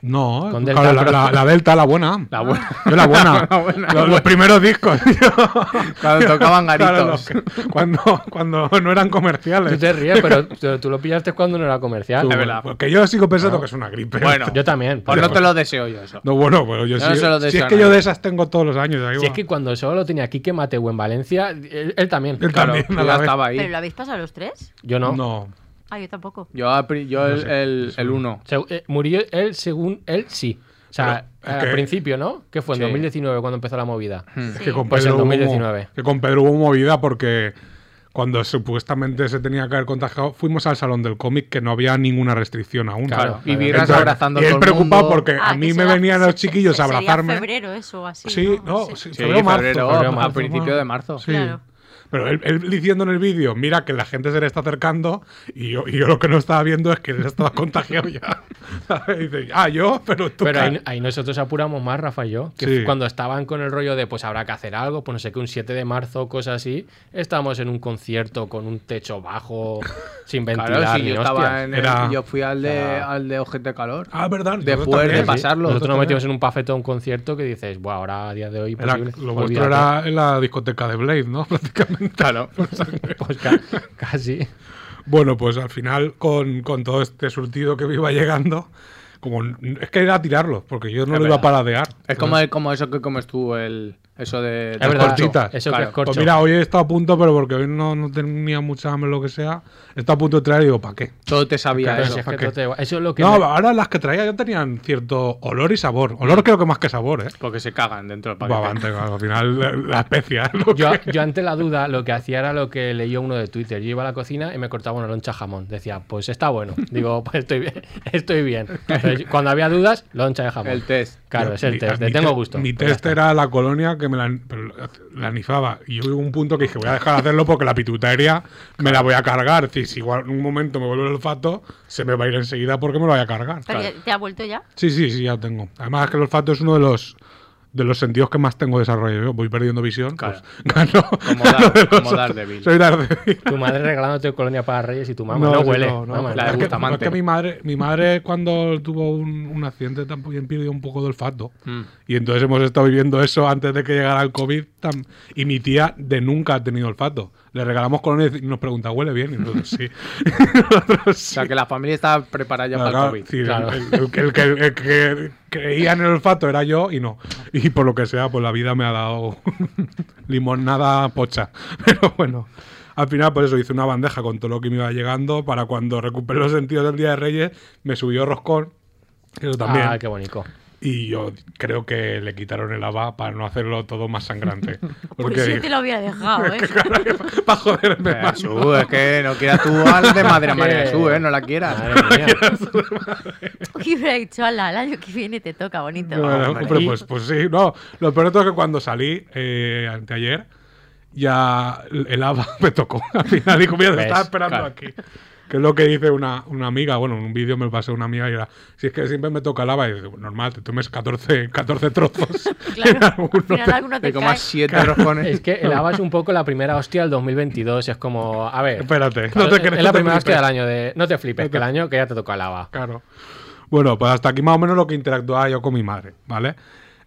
No, Con claro, Delta, la, pero- la- la Delta, la buena. (laughs) La buena. Yo la (laughs) (laughs) buena. La buena. Los, los primeros discos. (laughs) tío. Cuando tocaban Claro, garitos. los que- cuando, cuando no eran (laughs) comerciales. Tú te ríes, (laughs) pero tú, tú lo pillaste cuando no era comercial. Tú, Es verdad. Porque yo sigo pensando que es una gripe. Bueno. Yo también. Pues pero- no te lo deseo yo eso. (laughs) No, bueno, bueno, yo, Yo sí- no se lo Si deseo es a que yo nadie. de esas tengo todos los años. ahí Si es va. que cuando solo lo tenía Quique Mateu en Valencia, él, él también. Él Claro, también, yo a la ya vez. estaba ¿Pero ahí. lo habéis pasado los tres? Yo no. No. Ah, yo Mm. tampoco. Yo, al pri- yo el, el, el uno. Segu- eh, murió él según él sí. O sea, Pero, es al que- principio, ¿no? Que fue en Sí. 2019 cuando empezó la movida. Es que Sí. con Pues en Pedro, hubo- 2019. que con Pedro hubo movida porque cuando supuestamente se tenía que haber contagiado, fuimos al salón del cómic que no había ninguna restricción aún. Claro. Y birras Entonces, abrazando y a él todo el preocupado mundo. porque Ah, a que mí me será- venían los se- chiquillos se- a sería abrazarme. febrero eso, así. Sí, no, Sí. sí, Sí, febrero, marzo, febrero, febrero, a marzo, principio de marzo. Sí. Claro. Pero él, él diciendo en el vídeo, mira que la gente se le está acercando y yo, y yo lo que no estaba viendo es que él estaba (laughs) contagiado ya. Y dice, ah, yo, pero tú. Pero qué". ahí, ahí nosotros apuramos más, Rafa y yo. Que Sí. cuando estaban con el rollo de pues habrá que hacer algo, pues no sé qué, un 7 de marzo, cosas así, estábamos en un concierto con un techo (laughs) bajo, sin ventilar. Claro, si ni yo estaba hostias. en el- Era- Yo fui al de, al de Ojete Calor. Ah, verdad. nosotros Después de también. pasar- pasarlo, Nosotros nosotros nos metimos en también. un pafetón un concierto que dices, bueno, ahora a día de hoy Era- imposible. lo vuestro Olvídate". era en la discoteca de Blade, ¿no? (laughs) Prácticamente. Claro. (laughs) Pues ca- casi. (laughs) Bueno, pues al final, con, con todo este surtido que me iba llegando, como n- es que era tirarlo, porque yo no Es lo iba a verdad. paladear. Es como, el- como eso que comes tú, el, eso de. de verdad, corcho. cortitas. eso Claro. que es corcho. Pues mira, hoy he estado a punto, pero porque hoy no, no tenía mucha hambre, lo que sea, he estado a punto de traer y digo, ¿para qué? Todo te sabía Pero eso. si es que ¿pa' qué? todo te- eso es lo que No, me- ahora las que traía ya tenían cierto olor y sabor. Olor creo que más que sabor, ¿eh? Porque se cagan dentro del Va, paquete. antes, claro, al final la, la especia. es lo Yo, que- yo ante la duda lo que hacía era lo que leía uno de Twitter. Yo iba a la cocina y me cortaba una loncha jamón. Decía, pues está bueno. Digo, (laughs) pues estoy bien. Estoy bien. Entonces, cuando había dudas, loncha de jamón. El test. Claro, Yo- es el mi- test. Le mi tengo te- gusto. Mi Pues ya test está. era la colonia que me la, pero la- la anifaba. Y yo hubo un punto que dije, voy a dejar de hacerlo porque la pituitaria me la voy a cargar. Es decir, Si igual en un momento me vuelve el olfato, se me va a ir enseguida porque me lo voy a cargar. Pero ya- ¿Te ha vuelto ya? Sí, sí, sí, ya lo tengo. Además es que el olfato es uno de los de los sentidos que más tengo desarrollado. Yo voy perdiendo visión. Claro. pues, (laughs) gano, Como gano Dar- de los como Daredevil. otros. Soy Daredevil. Tu madre regalándote colonia para Reyes y tu mamá no, sí, huele. no, no. Mamá, La de no. es, que, Bustamante. es que mi madre, mi madre cuando tuvo un, un accidente también perdió un poco de olfato. Mm. Y entonces hemos estado viviendo eso antes de que llegara el COVID. tam- y mi tía de nunca ha tenido olfato. Le regalamos colonias y nos pregunta, ¿huele bien? Y nosotros sí. Nosotros O sí. sea, que la familia está preparada ya para Claro, el COVID. sí, claro. el, el- el que, el que creía en el olfato era yo y no. Y por lo que sea, pues la vida me ha dado (laughs) limonada pocha. (laughs) Pero bueno, al final por eso hice una bandeja con todo lo que me iba llegando para cuando recuperé los sentidos del Día de Reyes, me subió roscón. Eso también. Ah, qué (laughs) bonito. Y yo creo que le quitaron el ABA para no hacerlo todo más sangrante. (laughs) Pues Porque yo te lo hubiera dejado, ¿eh? para joderme Eh, más. Su, es que no quieras tú al de madre a (laughs) María Que- Jesús, ¿eh? No la quieras. Madre mía. (laughs) Y hubiera dicho, ala, el año que viene te toca, bonito. No, no, hombre. hombre, pues, pues sí, no. Lo peor de todo es que cuando salí eh, anteayer, ya el ABA (laughs) me tocó. Al final dijo, mira, te ¿Ves? estaba esperando Claro. aquí. Que es lo que dice una, una amiga, bueno, en un vídeo me lo pasó una amiga y era, si es que siempre me toca el ABA, y digo, normal, te tomes 14, 14 (laughs) trozos. (laughs) Claro, al Alguno final te- alguno Te te comas cae. siete roscones. (laughs) Es que el ABA es un poco la primera hostia del 2022. Es como, a ver. Espérate, no claro, te es- crees, Es la no te primera hostia flipes. del año de. No te flipes, No te- que el año que ya te tocó el ABA. Claro. Bueno, pues hasta aquí más o menos lo que interactuaba yo con mi madre, ¿vale?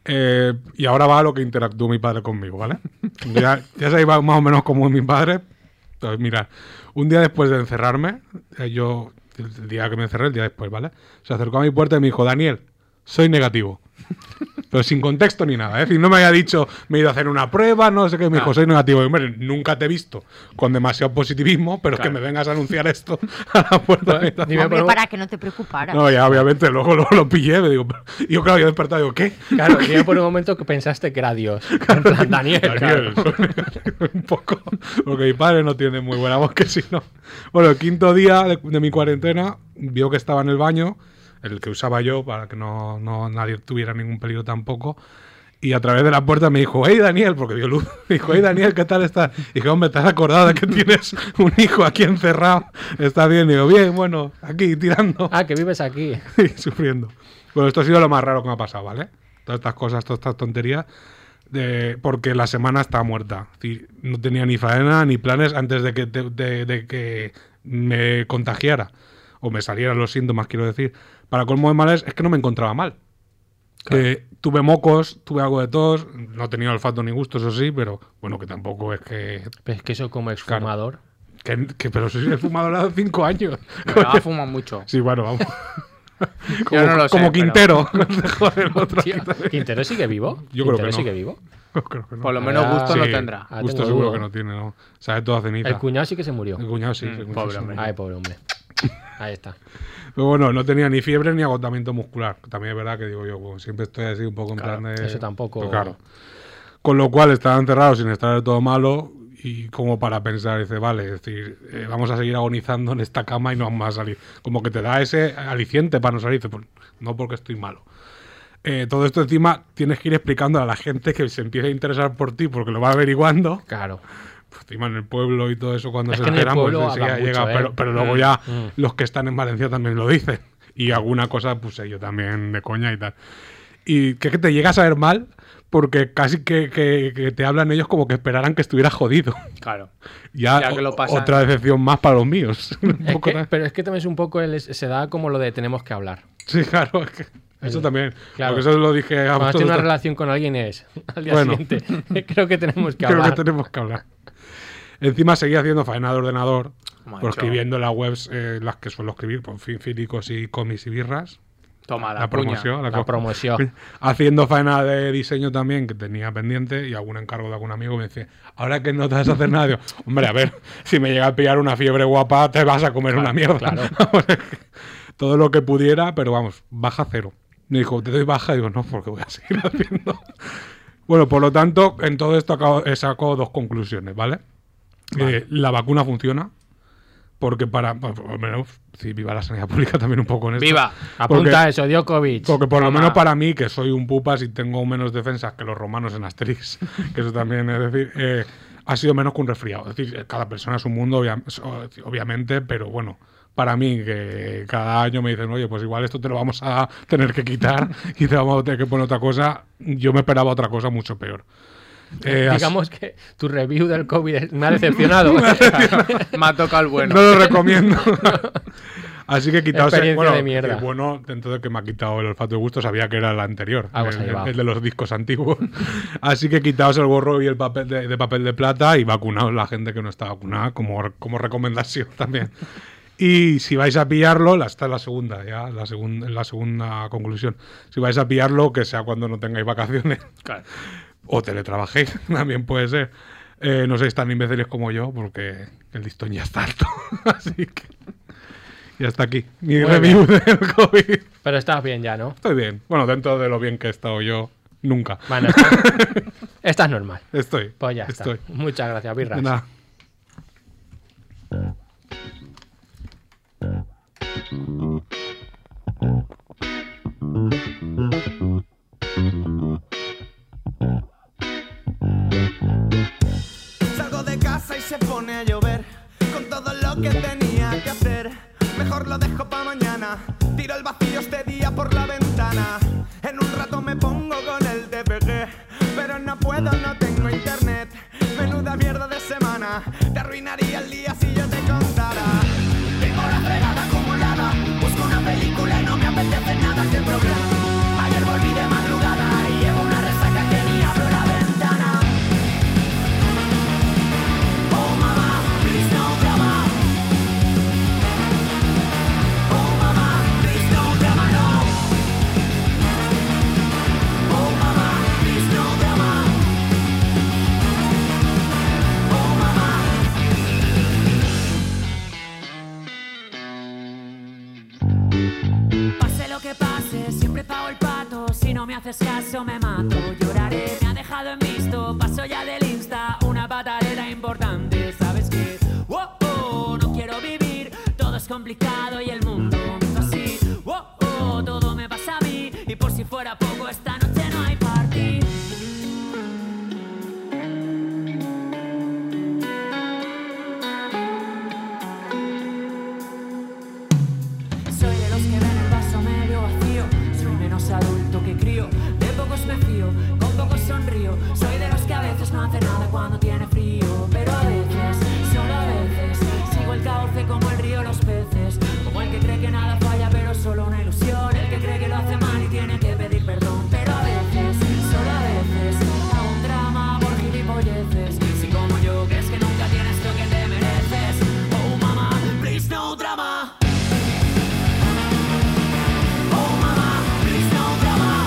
Eh, y ahora va lo que interactuó mi padre conmigo, ¿vale? (laughs) Ya, ya sabéis va- más o menos cómo es mi padre. Pues mira, un día después de encerrarme, eh, yo, el el día que me encerré, el día después, ¿vale? Se acercó a mi puerta y me dijo, Daniel, soy negativo. (laughs) Pero sin contexto ni nada, ¿eh? Es decir, no me había dicho, me he ido a hacer una prueba, no sé qué, me dijo, soy negativo. Y, hombre, nunca te he visto con demasiado positivismo, pero Claro. que me vengas a anunciar esto (laughs) a la puerta. de mi casa. Dime por Hombre, un- para que no te preocuparas. No, ya obviamente luego lo, lo pillé, me digo, pero- y yo claro, yo despertado digo, ¿qué? Claro, yo por un momento que pensaste que era Dios. En plan, Daniel. Daniel, (laughs) (laughs) claro. un poco, porque mi padre no tiene muy buena voz que si no. Bueno, el quinto día de, de mi cuarentena vio que estaba en el baño, el que usaba yo para que no, no- nadie tuviera ningún peligro tampoco, Y a través de la puerta me dijo, hey Daniel, porque vio luz. (laughs) Me dijo, hey Daniel, ¿qué tal estás? Y dije, hombre, ¿te has acordado de que tienes un hijo aquí encerrado? Está bien. Y digo, bien, bueno, aquí tirando Ah, que vives aquí. y (laughs) sufriendo. Bueno, esto ha sido lo más raro que me ha pasado, ¿vale? Todas estas cosas, todas estas tonterías. de- porque la semana estaba muerta. Es decir, No tenía ni faena ni planes antes de que, te- de- de que me contagiara o me salieran los síntomas, quiero decir. Para colmo de males, es que no me encontraba mal. Eh, tuve mocos, tuve algo de tos, no tenía olfato ni gusto, eso sí, pero bueno, que tampoco es que. Pero es que eso como Claro. (laughs) exfumador. que, que- pero si he fumado hace cinco años. Pero ha fumado mucho. Sí, bueno, (laughs) vamos. Como, no lo sé, como pero- Quintero. (laughs) Joder, otro Tío, Quintero. ¿Quintero sigue vivo? Yo creo que ¿Quintero no. sigue vivo? Yo creo que no. Por lo menos Ah, gusto no Sí, tendrá. Ah, Gusto tengo seguro duda. que no tiene, ¿no? Sabe toda ceniza. El cuñado sí que se murió. El cuñado sí. el cuñado Mm, pobre sí. hombre. Ay, pobre hombre. Ahí está. Pero bueno, no tenía ni fiebre ni agotamiento muscular. que También es verdad que digo yo, bueno, siempre estoy así un poco en Claro, plan de. eso tampoco- Pero claro. Con lo cual estaba encerrado sin estar del todo malo y como para pensar, dice, vale, es decir, eh, vamos a seguir agonizando en esta cama y no vamos a salir. Como que te da ese aliciente para no salir, dice, "Pues, no porque estoy malo. Eh, todo esto encima tienes que ir explicando a la gente que se empiece a interesar por ti porque lo va averiguando. Claro. Pues encima en el pueblo y todo eso, cuando Es se que en el enteran, pues pueblo enseguida hablan llega. mucho, ¿eh? mm. pero, pero luego ya los que están en Valencia también lo dicen. Y alguna cosa puse yo también de coña y tal. Y que, que te llegas a ver mal porque casi que, que- que te hablan ellos como que esperaran que estuviera jodido. (laughs) Claro. Ya, Ya que lo o- pasan. otra decepción más para los míos. (laughs) Un Es poco que- tal. pero es que también es un poco el, se da como lo de tenemos que hablar. Sí, claro. es que eso también. Claro. Porque eso lo dije a Cuando vosotros tienes una también. relación con alguien es al día pues Bueno. siguiente. (laughs) Creo que tenemos que Creo hablar. que tenemos que hablar. Encima seguía haciendo faena de ordenador, Macho. pues escribiendo las webs, eh, las que suelo escribir, pues fin, fílicos y cómics y birras. Toma la, La, puña. (laughs) promoción. La co- promoción. Haciendo faena de diseño también, que tenía pendiente, y algún encargo de algún amigo me decía, ahora que no te vas a hacer nada, digo, hombre, a ver, si me llega a pillar una fiebre guapa, te vas a comer una mierda. claro. (laughs) Vamos, es que Todo lo que pudiera, pero vamos, baja cero. Me dijo, te doy baja, digo, no, porque voy a seguir (laughs) haciendo. Bueno, por lo tanto, en todo esto acabo- eh, saco dos conclusiones, ¿vale? Eh, la vacuna funciona, porque para, bueno, por lo menos, si viva la sanidad pública también un poco en esto. Viva. Porque- Apunta eso, Djokovic. Porque por lo Toma. menos para mí, que soy un pupas y tengo menos defensas que los romanos en Asterix, (laughs) que eso también es decir, eh, ha sido menos que un resfriado. Es decir, eh, cada persona es un mundo, obvia- so- obviamente, pero bueno, para mí, que cada año me dicen, oye, pues igual esto te lo vamos a tener que quitar (laughs) y te vamos a tener que poner otra cosa, yo me esperaba otra cosa mucho peor. Eh, así- Digamos que tu review del COVID es- me ha (laughs) decepcionado. Me ha tocado el bueno. No lo recomiendo. (laughs) Así que quitaos Experiencia el bueno, de mierda. eh, bueno, dentro de que me ha quitado el olfato de gusto, sabía que era el anterior, Ah, pues el, ahí va. el de los discos antiguos. (laughs) Así que quitaos el gorro y el papel de, de papel de plata y vacunaos la gente que no está vacunada, como, como recomendación (laughs) también. Y si vais a pillarlo, la- esta es la segunda, ya, la, segunda la segunda conclusión. Si vais a pillarlo, que sea cuando no tengáis vacaciones. Claro. O teletrabajéis, (laughs) también puede ser. Eh, no seáis tan imbéciles como yo, porque el listón ya está alto. (laughs) Así que. Y hasta aquí. Mi Muy review del COVID. Pero estás bien ya, ¿no? Estoy bien. Bueno, dentro de lo bien que he estado yo, nunca. Bueno, estás, estás normal. Estoy. Pues ya está. estoy. Muchas gracias, Birra. De nada. Salgo de casa y se pone a llover Con todo lo que tenía que hacer Mejor lo dejo pa' mañana Tiro el vacío este día por la ventana En un rato me pongo con el DPG Pero no puedo, no tengo internet Menuda mierda de semana Te arruinaría el día si yo te contara Tengo la fregada acumulada Busco una película y no me apetece nada que problema Ayer volví de madrugada Y llevo una resaca que ni abro la ventana Oh mama, please no drama. Oh mama, please no drama, no. Oh mama, please no drama. Oh mama. Pase lo que pase, siempre pago el pato. Si no me haces caso, me mato. Lloraré, me ha dejado en visto. Paso ya del Insta, una pataleta importante. ¿Sabes qué? Oh, oh, no quiero vivir. Todo es complicado y el mundo me hizo así. Oh, oh, todo me pasa a mí. Y por si fuera poco, esta noche no hay party. frío, de pocos me fío, con pocos sonrío. Soy de los que a veces no hace nada cuando tiene frío, pero a veces, solo a veces, sigo el cauce como el río los peces. Como el que cree que nada falla, pero solo una ilusión. El que cree que lo hace mal y tiene que pedir perdón, pero a veces, solo a veces, hago un drama por gilipolleces. Si como yo crees que nunca tienes lo que te mereces, oh mamá, please no drama. Oh mamá, please no drama.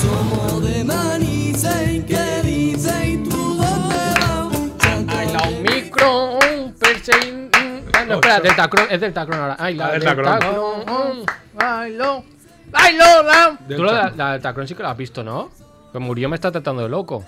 Somos de Maniza y que dice y tú dónde vas. Santo Ay, la de- Omicron, Persein. Ah, no, espera, Deltacron, es Deltacron ahora. Ay, la Ah, Deltacron. Deltacron. ¡Bailo! ¡Bailo! la- Tú lo de la, la Deltacron sí que la has visto, ¿no? Que murió me está tratando de loco.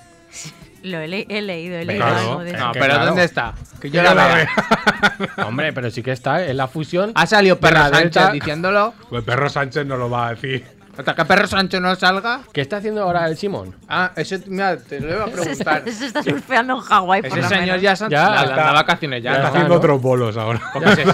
Lo he, le- he leído, he leído Claro, algo de claro. No, que pero ¿dónde está? Que yo la veo. Hombre, pero sí que está, es la fusión. Ha salido Perro Venga, Sánchez Delta. diciéndolo. Pues perro Sánchez no lo va a decir. Hasta que Perro Sánchez no salga. ¿Qué está haciendo ahora el Simón? Ah, eso mira, te lo iba a (laughs) Se está, preguntar. se está surfeando en Hawái, por Ese lo señor menos. ya, se- Ya, la- está- anda a vacaciones ya. ya Está ¿no? está, haciendo ¿no? otros bolos ahora. Ya ese,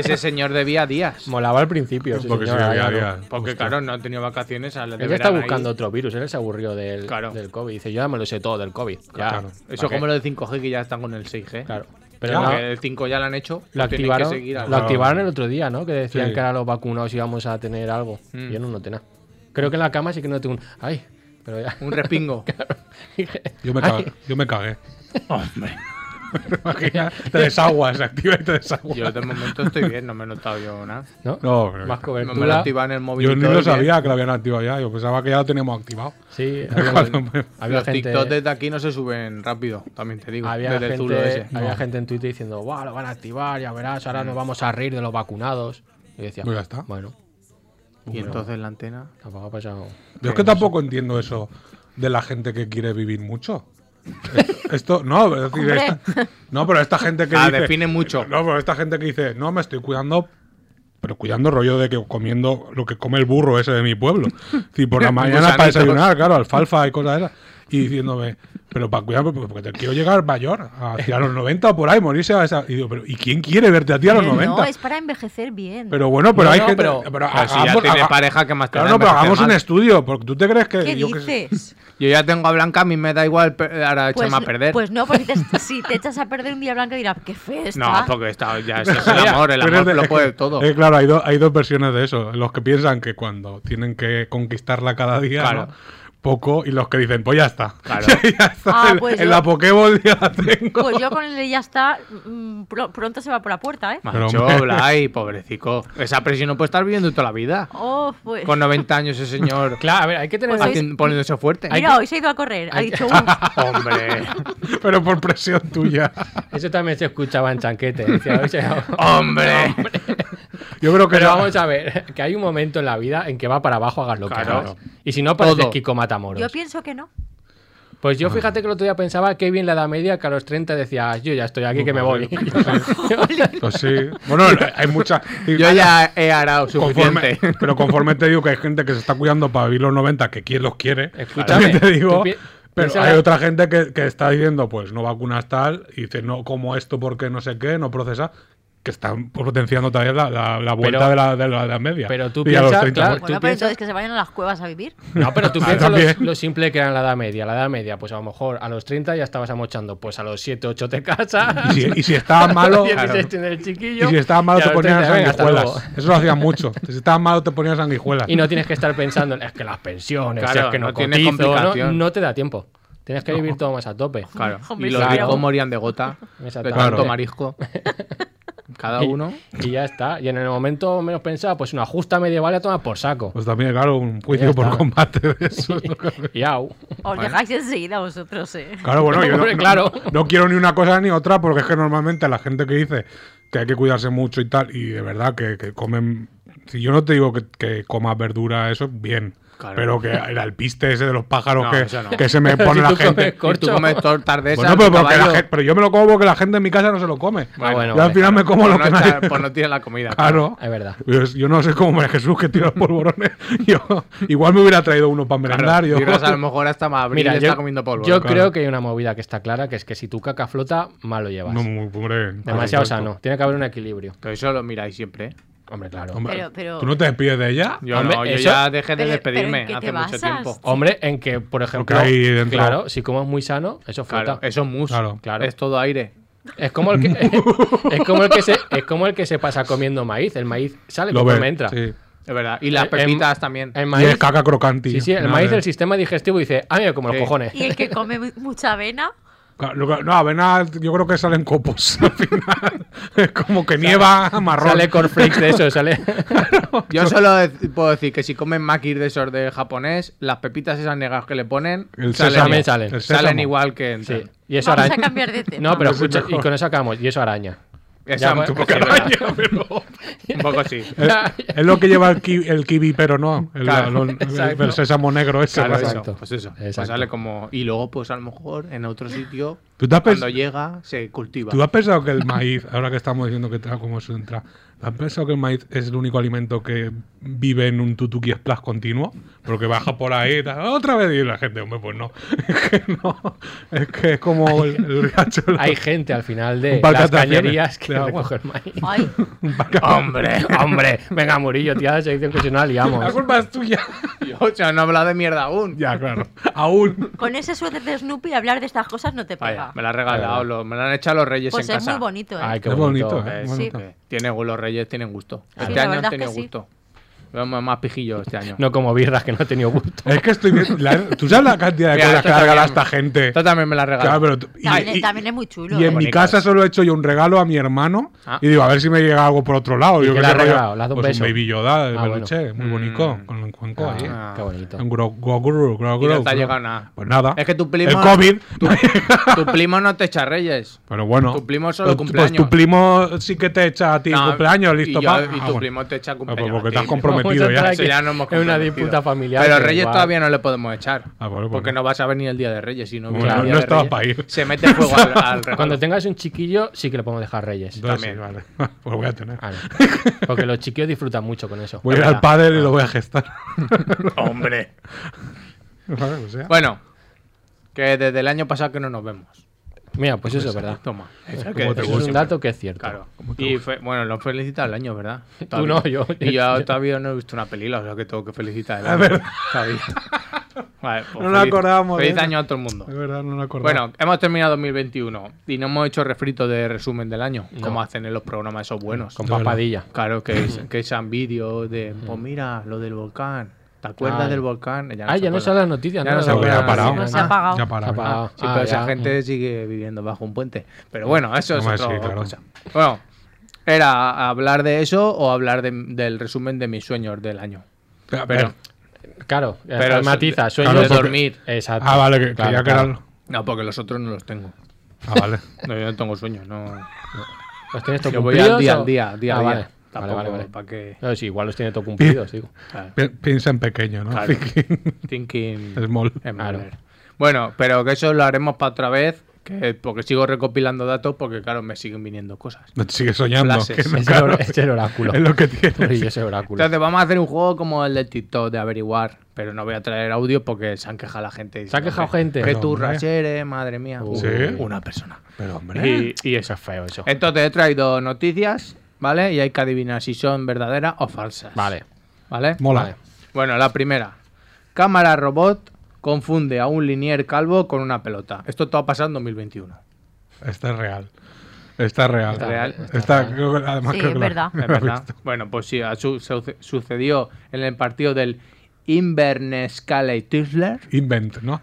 ese señor debía días. Molaba al principio, sí, (laughs) Porque sí, señor, había- claro. había- Porque claro, no ha tenido vacaciones. a la de Él ya está Este verano ahí. buscando otro virus, él se aburrió del, Claro. del COVID. Dice, yo ya me lo sé todo del COVID. Ya, Claro. Eso ¿para como qué? lo del 5G que ya están con el 6G. Claro. Pero Pero no, el 5 ya lo han hecho. lo tienen activaron, Que seguir lo ahora. activaron el otro día, ¿no? Que decían Sí. que ahora los vacunados íbamos a tener algo. Mm. Yo no noté nada. Creo que en la cama sí que noté un... ¡Ay! Pero ya... (laughs) Un (laughs) respingo. Yo me, cagué, yo me cagué. (laughs) Imagina, te desaguas, se activa y te desaguas. Yo de momento estoy bien, no me he notado yo nada. ¿No? No, pero- Más Me lo cobertura. activan en el móvil. yo y ni todo, lo bien. sabía que lo habían activado ya. Yo pensaba que ya lo teníamos activado. (laughs) Sí, Cuando había, me- había Los gente... TikTok desde aquí no se suben rápido, también te digo. Había, desde el gente, zulo ese. Mm. había No. gente en Twitter diciendo, ¡guau! Lo van a activar, ya verás, ahora nos vamos a reír de los vacunados. Y yo decía, Pues ya está. bueno, Y entonces la antena. tampoco ha pasado. Yo es que tampoco entiendo eso de la gente que quiere vivir mucho. Esto, no, es decir, Hombre. esta- no, pero esta gente que Ah, dice- define mucho. No, pero esta gente que dice, no, me estoy cuidando, pero cuidando rollo de que comiendo lo que come el burro ese de mi pueblo. (laughs) Si (laughs) por la mañana para Gusanitos. desayunar, claro, alfalfa y cosas de esas. Y diciéndome, pero para cuidarme, porque te quiero llegar mayor, hacia los 90 o por ahí, morirse a esa. Y digo, pero ¿y quién quiere verte a ti a los 90? No, es para envejecer bien. Pero bueno, pero No, hay no, gente- pero- Pero si ya tiene pareja, ¿qué más te Claro, da no, pero envejecer hagamos un mal? estudio, porque tú te crees que. ¿Qué yo que sé- dices? Yo ya tengo a Blanca, a mí me da igual pe- ahora echarme a no- perder. pues (laughs) no, porque te- si te echas a perder un día blanco dirás, qué feo está. no, porque está, (laughs) ya eso es el amor, el Pero es amor de- lo puede todo. (laughs) Eh, claro, hay, do- hay dos versiones de eso. Los que piensan que cuando tienen que conquistarla cada día, Claro. ¿no? poco, y los que dicen, pues ya está. Claro. (laughs) ya está. Ah, en- pues en yo- la Pokéball ya la tengo. Pues yo con el de ya está, mm, pro- pronto se va por la puerta, ¿eh? Pero, Macho, hombre. Blay, pobrecico. Esa presión no puede estar viviendo toda la vida. Oh, pues. Con 90 años ese señor (laughs) Claro, a ver, hay que tener... Pues sois- haciendo- poniéndose fuerte. Mira, hoy se ha ido a correr. Ha (laughs) dicho, "Uh, (laughs) Hombre, Pues- Pero por presión tuya. Eso también se escuchaba en Chanquete. decía, "Oye, (laughs) hombre. Yo creo que Ah, Pero no. vamos a ver, que hay un momento en la vida en que va para abajo, hagas lo que Claro. hagas. Y si no, pareces Todo. Kiko Matamoros. yo pienso que no. Pues yo fíjate que el otro día pensaba que bien la edad media que a los 30 decía, "Ah, yo ya estoy aquí, que me (laughs) voy. Pues sí. Bueno, hay mucha. Yo ya he arado Conforme, suficiente. pero conforme te digo que hay gente que se está cuidando para vivir los 90, que quién los quiere, Escúchame, también te tú digo. pi- Pero piensa- hay otra gente que, que está diciendo, pues no vacunas tal, y dice, no como esto porque no sé qué, no procesa, que están potenciando todavía la, la- la vuelta Pero- de, la, de la edad media. pero tú Y a los piensa, 30 claro, muertos. Bueno, pero piensas? entonces que se vayan a las cuevas a vivir. No, pero tú Ah, piensas también. lo, lo simple que era la edad media. La edad media, pues a lo mejor a los 30 ya estabas amochando, pues a los 7, 8 te casas. (laughs) Y si, y si estabas malo, 16 claro. tienes el y chiquillo. si estabas malo y a te los ponían 30, venga, hasta sanguijuelas. luego. Eso lo hacían mucho. Si estabas malo te ponían sanguijuelas. Y no tienes que estar pensando, es que las pensiones, Claro, es que no, no tienes cotizo", no- complicación. no te da tiempo. Tienes que vivir todo más a tope. (laughs) Claro. Hombre, Y los claro. ricos morían de gota. De Exactamente. tanto Claro. (laughs) marisco. Cada uno. Y ya está. Y en el momento menos pensado, pues una justa medieval a tomar por saco. Pues también, claro, un juicio por está. combate de eso. (laughs) es lo que- Y au. Os llegáis enseguida vosotros, ¿eh? (laughs) Claro, bueno, yo no, Hombre, no- claro. no quiero ni una cosa ni otra, porque es que normalmente la gente que dice que hay que cuidarse mucho y tal, y de verdad que, que comen. Si yo no te digo que, que comas verdura, eso bien. Claro. Pero que el alpiste ese de los pájaros No, que, eso no. que (laughs) se me Pero pone si la tú comes gente. corcho. Y tú comes tortas de esas. Bueno, pero, tu porque la caballo. gen- pero yo me lo como porque la gente en mi casa no se lo come. Ah, bueno, yo al vale, final me como Por lo Pues no que echar- (laughs) nadie- por no tiene la comida. Claro. Es verdad. Yo, yo no sé cómo María Jesús que tira los polvorones. (laughs) Yo, igual me hubiera traído uno para Claro. merendar. yo- Y (laughs) Rosa a lo mejor hasta más abril Mira, está yo, comiendo polvo. yo claro. creo que hay una movida que está clara, que es que si tu caca flota, mal lo llevas. No, hombre, Demasiado por supuesto. sano. Tiene que haber un equilibrio. Pero eso lo miráis siempre. ¿eh? Hombre, claro. Hombre, Pero- pero- ¿Tú no te despides de ella? Yo Hombre, no, yo eso- ya dejé de Pero- despedirme pero ¿en qué hace te mucho basas? tiempo. Hombre, en que, por ejemplo, ahí dentro- claro, si comas muy sano, eso Claro, falta. eso es mus. Claro. Claro. Es todo aire. Es como el que (laughs) es como el que se es como el que se pasa comiendo maíz. El maíz sale Lo como ves. entra. sí. Es verdad. Y las Eh, pepitas em- también. El Y maíz. es caca crocante. Sí, sí, el Nada maíz de- del sistema digestivo dice, ah, mira, como Sí. los cojones. Y el que come mu- mucha avena, Claro, lo- No, avena, yo creo que salen copos (laughs) al final. Es como que nieva (laughs) marrón. Sale cornflakes de eso, (laughs) sale. Yo solo de- puedo decir que si comen makir de esos de japonés, las pepitas esas negras que le ponen El salen, sésamo, igual- salen. el salen sésamo. igual que en Sí. Y eso Vamos a araña. cambiar de tema. No, pero No sé, escucha, y mejor. con eso acabamos. Y eso (laughs) araña. Esa- Ya, sí, pues, es (laughs) verdad. pero- Un poco sí. (laughs) Es lo que lleva el, ki- el kiwi, pero no. El, Claro, lo- el- exacto. el sésamo negro ese. Claro, ¿verdad? eso, exacto. Pues eso. pues Exacto. sale como. Y luego, pues a lo mejor en otro sitio, ¿Tú te has cuando pens- llega, se cultiva. Ah, pues, ¿Tú has pensado que el maíz, ahora que estamos diciendo que trae como eso entra, ¿has pensado que el maíz es el único alimento que vive en un tutuki splash continuo? Porque baja por ahí y tal, otra vez y la gente, hombre, pues no. (laughs) Es que no. Es que es como el, el gacho. de la- Hay gente al final de Un par de las atracciones cañerías que de agua. recoge el maíz. Ay, Hombre, hombre. Venga, Murillo, tía, la selección constitucional, La liamos. culpa es tuya. (laughs) O sea, no he hablado de mierda aún. ya, claro. Aún. con ese suéter de Snoopy hablar de estas cosas no te Vaya, pega. me la han regalado, lo- me la han echado los reyes Pues en es casa. muy bonito, ¿eh? Ay, qué Es bonito. bonito, Eh, ¿eh? sí. Bonito. Que tiene gu- los reyes tienen gusto. Sí, este la año verdad han es tenido que sí. gusto. Vamos más pijillo este año. No como birras que no he tenido gusto. Es que estoy viendo. la- ¿Tú sabes la cantidad de Mira, cosas esto que ha regalado también- esta gente? Esto también me la regaló. Claro, pero tú- y- También, y- también es muy chulo. Y ¿eh? en mi Bonitas. casa solo he hecho yo un regalo a mi hermano Ah. y digo, a ver si me llega algo por otro lado. ¿Y yo qué que le has sé, regalado? ¿Le has dado un pues beso? un baby Yoda de Ah, bueno. peluche, muy Mm. bonito, con un cuenco ahí. Ah, Qué bonito. Un gro- gro- gro- gro- Y no gro- te ha gro- llegado nada. Pues nada. Es que tu primo. El COVID. (laughs) Tu primo no te echa reyes. (laughs) Pero bueno. tu primo solo Pues- Pues cumpleaños. tu primo sí que te echa a ti No, cumpleaños, listo. Y, yo- pa. y tu Ah, bueno. primo te echa cumpleaños. pues porque a te has ti. comprometido. Prometido Vamos a ya. entrar Eso aquí. ya no hemos es una comprometido. disputa familiar. Pero que Reyes igual- todavía no le podemos echar. Ah, bueno, pues porque no. no vas a venir el día de Reyes. Si no, Bueno, viene el no día de estaba Reyes, pa' ir. Se mete fuego al, (laughs) al regalo. Cuando tengas un chiquillo, sí que le podemos dejar Reyes. Entonces, sí, también. vale. (laughs) Pues voy a tener. Ah, no. Porque los chiquillos disfrutan mucho con eso. Voy a Es ir al verdad. pádel Ah. y lo voy a gestar. (laughs) Hombre. Vale, pues o sea. Bueno, que desde el año pasado que no nos vemos. Mira, pues eso es verdad. Toma. Eso ¿Cómo Eso te es gusta? un dato que es cierto. Claro. Y fe- bueno, lo he felicitado el año, (laughs) ¿verdad? no, yo- Y yo todavía no he visto una película, o sea que tengo que felicitar el año. (laughs) Todavía. Vale, pues No nos acordamos de Feliz eso. año a todo el mundo. De verdad, no me acuerdo. Bueno, hemos terminado 2021 y no hemos hecho refrito de resumen del año, como hacen en los programas esos buenos. Con De verdad. papadilla. Claro, que, es- que echan vídeos de, pues mira, lo del volcán. ¿Te acuerdas Ay. del volcán? Ah, ya no acuerdan. salen las noticias. Ya no se Pero acuerdan. ya ha parado. Se ha Ya ha apagado. Se ha parado. apagado. Ah, sí, Ah, pero esa ya. Pues, gente sigue viviendo bajo un puente. Pero bueno, eso es Hombre, otra sí, claro. cosa. Bueno, era hablar de eso o hablar de- del resumen de mis sueños del año. Pero- Pero, Ah, Claro, Pero pero eso- matiza, de- sueño claro, de porque- dormir. Exacto. Ah, vale, que, Claro, que ya claro. quedaron. no, porque los otros no los tengo. Ah, vale. (laughs) No, yo no tengo sueños, no. ¿Los tienes todo Yo voy cumplidos al día, o- al día, día Ah, a día. Vale, vale, Tampoco vale. vale. pa' que- No, sí, igual los tiene (laughs) todo cumplidos, digo. claro, Pi- piensa en pequeño, ¿no? (laughs) Claro. Thinking (laughs) thinking Small. en Claro. manner. Bueno, pero que eso lo haremos para otra vez, que, porque sigo recopilando datos, porque claro, me siguen viniendo cosas. No te sigues soñando. Frases. que no, Es el, claro, or- es el oráculo. (laughs) es lo (laughs) que tienes. Murillo es el oráculo. Entonces vamos a hacer un juego como el de TikTok de averiguar, pero no voy a traer audio porque se han quejado la gente. Se ha quejado Hombre, gente. Que No, tú hombre. racheres, madre mía. Uh. Sí. Una persona. Pero, hombre. Y, y eso es feo, eso. Entonces he traído noticias, ¿vale? Y hay que adivinar si son verdaderas o falsas. (laughs) Vale. ¿Vale? Mola. Vale. Bueno, la primera. Cámara robot confunde a un linier calvo con una pelota. Esto todo ha pasado en 2021. Esta es real. Esta es real. Está real. Esta, creo que además Sí, creo es que la- (laughs) verdad. la Es he verdad. visto. Bueno, pues sí, ha su- su- sucedió en el partido del Inverness Calais Thisler (laughs) Invent, ¿no?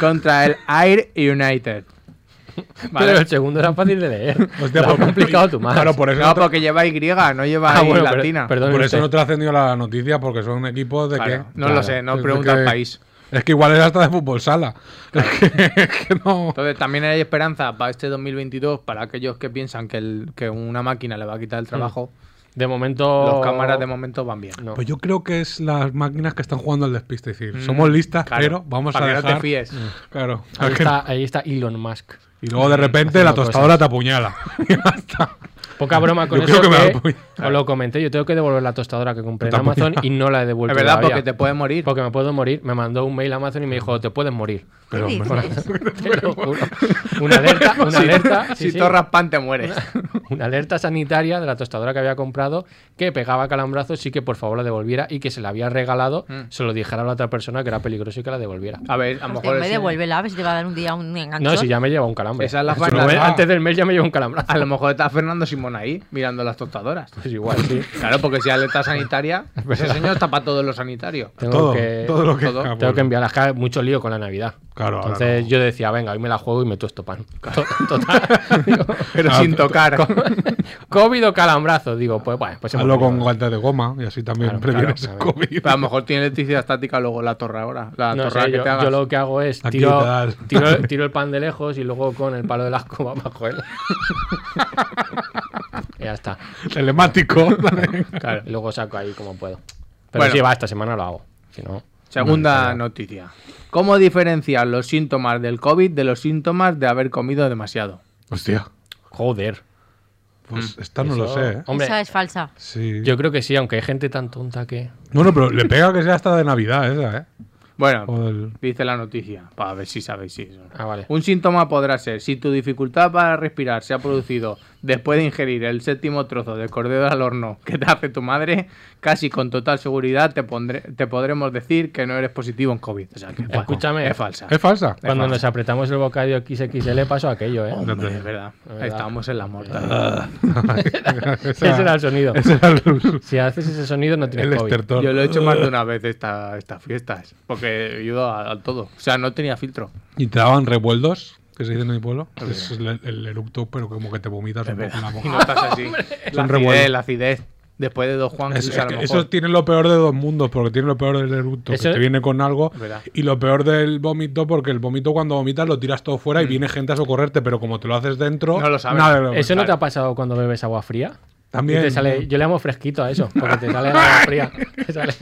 contra el Air United. Pero Vale. el segundo era fácil de leer. Hostia, Lo ha pues- complicado tu madre. Claro, por eso, No, no, tra- porque lleva Y, no lleva Ah, I bueno, per- latina. perdón. este. por eso usted. no trascendió la noticia, porque son equipos de Claro, que. no lo sé, no Es de pregunta al que- país. Es que igual es hasta de fútbol sala. Es, que, es que no. Entonces también hay esperanza para este 2022, para aquellos que piensan que, el- que una máquina le va a quitar el trabajo. De momento. Los cámaras de momento van bien. Mm. Oh. No. Pues yo creo que es las máquinas que están jugando al despiste. Es Mm, decir, somos listas, Claro, pero vamos a para que dejar. no te fíes. Claro. (laughs) Ahí Es que- está, ahí está Elon Musk. Y luego de repente la Haciendo tostadora te apuñala. (laughs) Y ya está. Poca broma con Yo eso. creo que me que la voy- os lo comenté. Yo tengo que devolver la tostadora que compré en Puta Amazon puñalada. y no la he Es devuelto. verdad, todavía. porque te puedes morir. Porque me puedo morir. Me mandó un mail a Amazon y me dijo: Te puedes (laughs) morir. ¿Qué dices? Te lo juro. Una alerta, una Si- alerta. si (laughs) sí, sí. todo raspan te mueres. una alerta sanitaria de la tostadora que había comprado que pegaba calambrazos y que por favor la devolviera y que se la había regalado, Mm. se lo dijera a la otra persona que era peligroso y que la devolviera. A ver, a lo Hostia, mejor. me es- devuélvela, a ver si te va a dar un día un enganchón. No, si ya me lleva un calambre. Esa es la Si lo falta. ve- Antes del mes ya me lleva un calambrazo. (laughs) A lo mejor está Fernando Simón ahí, mirando las tostadoras. Pues igual, (laughs) sí. Claro, porque si hay alerta sanitaria, ese señor está para todos los sanitarios. Tengo Todo, que... todo lo que. todo. Ah, Tengo bueno. que enviar las cajas, mucho lío con la Navidad. Claro, ahora Entonces no. yo decía, venga, hoy me la juego y me tosto (laughs) pan. To- Total. (laughs) Digo, Pero Ah, (laughs) sin tocar. COVID o calambrazo. Digo, pues bueno, pues hemos Hazlo con perdido. guantes de goma y así también Claro, previenes claro, el claro. COVID. (laughs) Pero a lo mejor tiene electricidad estática luego la torre ahora. La No torre sé, que yo, te yo hagas. lo que hago es Aquí tiro, te das. (laughs) (laughs) tiro, tiro el pan de lejos y luego con el palo de la escoba (laughs) bajo él. Y ya está. (laughs) Telemático. Claro. Y luego saco ahí como puedo. Pero Bueno. sí, va, esta semana lo hago. Si no, Segunda noticia. ¿Cómo diferenciar los síntomas del COVID de los síntomas de haber comido demasiado? Hostia. joder. Pues esta no lo Mm, Eso- sé, ¿eh? Hombre, Esa es falsa. Sí. yo creo que sí, aunque hay gente tan tonta que. No, no, pero le pega que sea hasta de Navidad esa, ¿eh? Bueno, O del- dice la noticia, para ver si sabéis si eso. Ah, vale. Un síntoma podrá ser si tu dificultad para respirar se ha producido después de ingerir el séptimo trozo de cordero al horno que te hace tu madre, casi con total seguridad te, pondré- te podremos decir que no eres positivo en COVID. O sea, que es falsa. Escúchame. es falsa. Es falsa. Cuando nos apretamos el bocadillo XXL pasó (laughs) aquello, ¿eh? Hombre, es (laughs) verdad. verdad. Estábamos en la morta. Ese Ese era el sonido. era el, Si haces ese sonido no el tienes COVID. estertor. Yo lo he hecho más de una vez esta- estas fiestas, porque ayuda a todo. O sea, no tenía filtro. Y te daban revueldos, que se dice en mi pueblo. Es el, el eructo, pero como que te vomitas un poco en la Y boca. no estás (laughs) así. La un revuelo. acidez, la acidez. Después de dos Juan, Es- o sea, a lo es que mejor- eso tiene lo peor de dos mundos, porque tiene lo peor del eructo, Eso- que te viene con algo, verdad. y lo peor del vómito, porque el vómito cuando vomitas lo tiras todo fuera y viene gente a socorrerte, pero como te lo haces dentro, No lo sabes. nada de ¿Eso Mm. lo- no te pues Claro. ha pasado cuando bebes agua fría? También. Y te sale, yo le llamo fresquito a eso, porque (laughs) te sale agua fría. Te sale-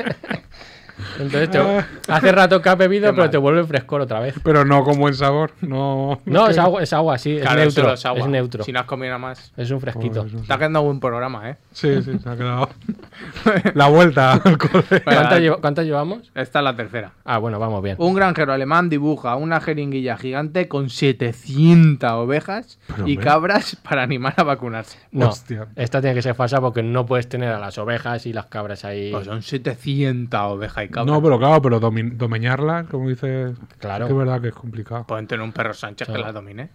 Entonces, te- hace rato que has bebido, Ah. Qué pero mal. te vuelve frescor otra vez. Pero no con buen sabor, no. No, es agua, es agua sí, Claro, es eso neutro. es agua. Es neutro. Si no has comido nada más. Es un fresquito. Joder, Está quedando buen programa, ¿eh? Sí, sí, se ha quedado. (laughs) La vuelta al cole. Bueno, ¿Cuántas la- llevo- cuántas llevamos? Esta es la tercera. Ah, bueno, vamos bien. Un granjero alemán dibuja una jeringuilla gigante con 700 ovejas Pero, y hombre. cabras para animar a vacunarse. No, hostia. esta tiene que ser falsa porque no puedes tener a las ovejas y las cabras ahí. Pues son 700 ovejas y cabras. No, pero claro, pero domin- domeñarla, como dice. Claro. Es que es verdad que es complicado. Pueden tener un perro Sánchez que Claro. la domine.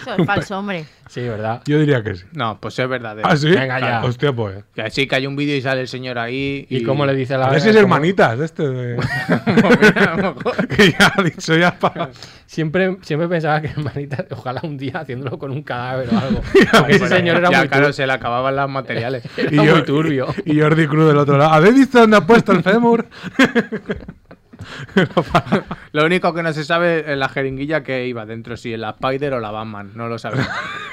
Eso es falso, hombre. Sí, ¿verdad? Yo diría que sí. No, pues es verdadero. ¿Ah, sí? Venga ya. Ah, Hostia, pues. Que sí, que hay un vídeo y sale el señor ahí. ¿Y, cómo (laughs) le dice a la A oveja? ver si es ¿Cómo- hermanitas este (laughs) de- Pues Mira, a lo mejor. (laughs) que ya ha dicho ya para. Siempre, siempre pensaba que hermanitas, (laughs) ojalá un día haciéndolo con un cadáver o algo. Porque (laughs) ese Bueno, señor (laughs) era Pues ya, muy claro, turbio. se le acababan los materiales. (laughs) Era muy turbio. (laughs) Y Jordi Cruz del otro lado. ¿Habéis visto dónde ha puesto el fémur? Lo único que no se sabe es la jeringuilla que iba dentro, si la Spider o la Batman, no lo (laughs) sabemos. (laughs)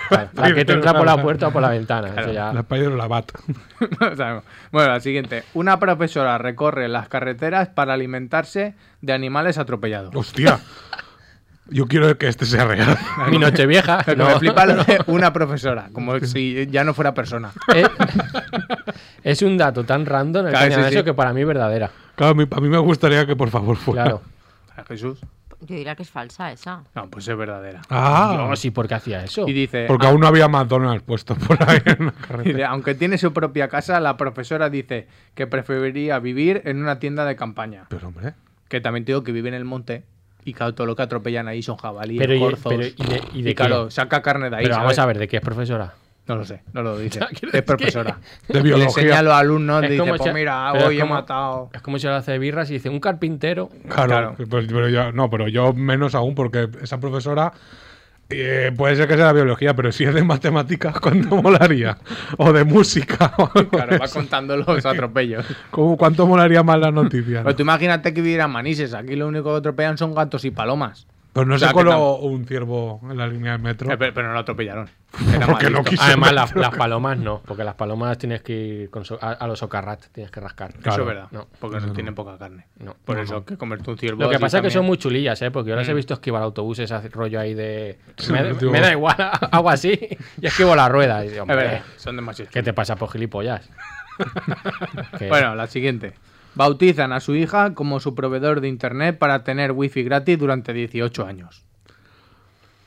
La que te entra por la puerta o por la ventana. Eso ya. La Spider o la Bat. No lo sabemos. Bueno, la siguiente. Una profesora recorre las carreteras para alimentarse de animales atropellados. Hostia. Yo quiero que este sea real. Mi noche vieja. (laughs) Lo que me flipa lo de una profesora, como si ya no fuera persona. (laughs) Es, es un dato tan random el Claro, cañón sí, eso sí. Pues que para mí es verdadera. Claro, a mí, a mí me gustaría que por favor fuera. Claro. ¿A Jesús? Yo diría que es falsa esa. No, pues es verdadera. Ah, No, sí, ¿por qué hacía eso? Y dice, porque aún no había McDonald's puesto por ahí en (laughs) la carretera. dice, aunque tiene su propia casa, la profesora dice que preferiría vivir en una tienda de campaña. Pero hombre. Que también te digo que vive en el monte y claro, todo lo que atropellan ahí son jabalíes, Pero y- corzos. pero ¿y de- y de qué? claro, saca carne de ahí. Pero vamos ¿sabes? a ver, ¿de qué es profesora? No lo sé, (laughs) no lo dice. quiero es decir- (laughs) profesora. De Le biología. enseña a los alumnos, Es dice, como pues si- mira, pero es hoy he como- (laughs) matado. Es como si ahora hace birras y dice un (laughs) carpintero. Claro, Claro. pero- pero yo- no, pero yo menos aún, porque esa profesora eh, puede ser que sea de biología, pero si es de matemáticas, ¿cuánto (laughs) molaría? O de música. o algo de Claro, Pues va eso. contando (laughs) los atropellos. ¿Cómo- ¿Cuánto molaría más la noticia? Pero no? tú imagínate que vivieran manises. Aquí lo único que atropellan son gatos y palomas. Pero Pues no o sea, se que coló un ciervo en la línea del metro. Eh, Pero, pero no lo (laughs) atropellaron. Era Porque mal no visto. quiso. Ah, Además, las, las palomas no, porque las palomas tienes que ir con so- a, a los socarrat, tienes que rascar. Eso Claro. es verdad. No. Porque no tienen poca carne. No. Por eso que comerte un ciervo. Lo que así pasa es que son también. Mm. muy chulillas, ¿eh? Porque yo las he visto esquivar autobuses, hace rollo (laughs) ahí de. Sí, me, digo- me da igual, (laughs) hago así y esquivo la rueda. Y digo, Es hombre, verdad, son demasiado. ¿Qué te pasa (laughs) por gilipollas? Que- Bueno, la siguiente. Bautizan a su hija como su proveedor de internet para tener wifi gratis durante 18 años.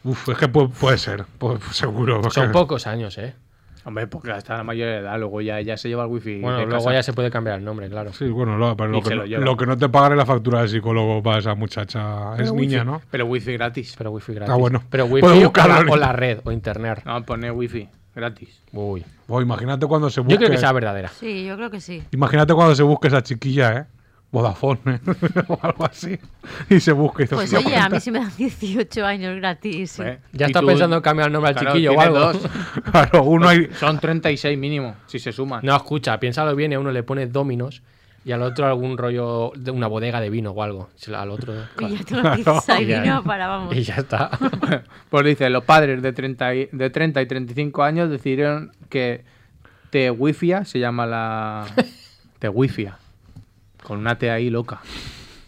Uf, es que pu- puede, ser, pu- seguro. porque- Son pocos años, ¿eh? Hombre, porque hasta la mayoría de edad, luego ya, ya se lleva el wifi. Bueno, de luego casa. ya se puede cambiar el nombre, claro. Sí, bueno, lo, pero Y lo, se que lo no, lleva. lo que no te pagan es la factura del psicólogo para esa muchacha. es niña, ¿no? Pero wifi gratis. Pero wifi gratis. Ah, Está bueno. Pero Puedo wifi o buscarlo la, en o la red o internet. No, poner wifi gratis. Uy. Buah, Pues imagínate cuando se busque. Yo creo que sea verdadera. Sí, yo creo que sí. Imagínate cuando se busque esa chiquilla, ¿eh? Vodafone ¿eh? (laughs) o algo así. Y se busque. y se Pues da oye, a mí cuenta. sí me dan 18 años gratis. sí. Pues, Ya y está tú- pensando en cambiar el nombre al Claro, chiquillo o tiene algo. (laughs) dos. Claro, uno hay. Son 36 mínimo, si se suman. No, escucha, piénsalo bien, a uno le pones dominos y al otro algún rollo de una bodega de vino o algo. Se la- Al otro. Y ya tengo pizza (laughs) y Ya. vino para, vamos. Y ya está. Pues dice, los padres de 30 y, de 30 y 35 años decidieron que te wifia, se llama (laughs) la... te wifia. Con una T ahí loca.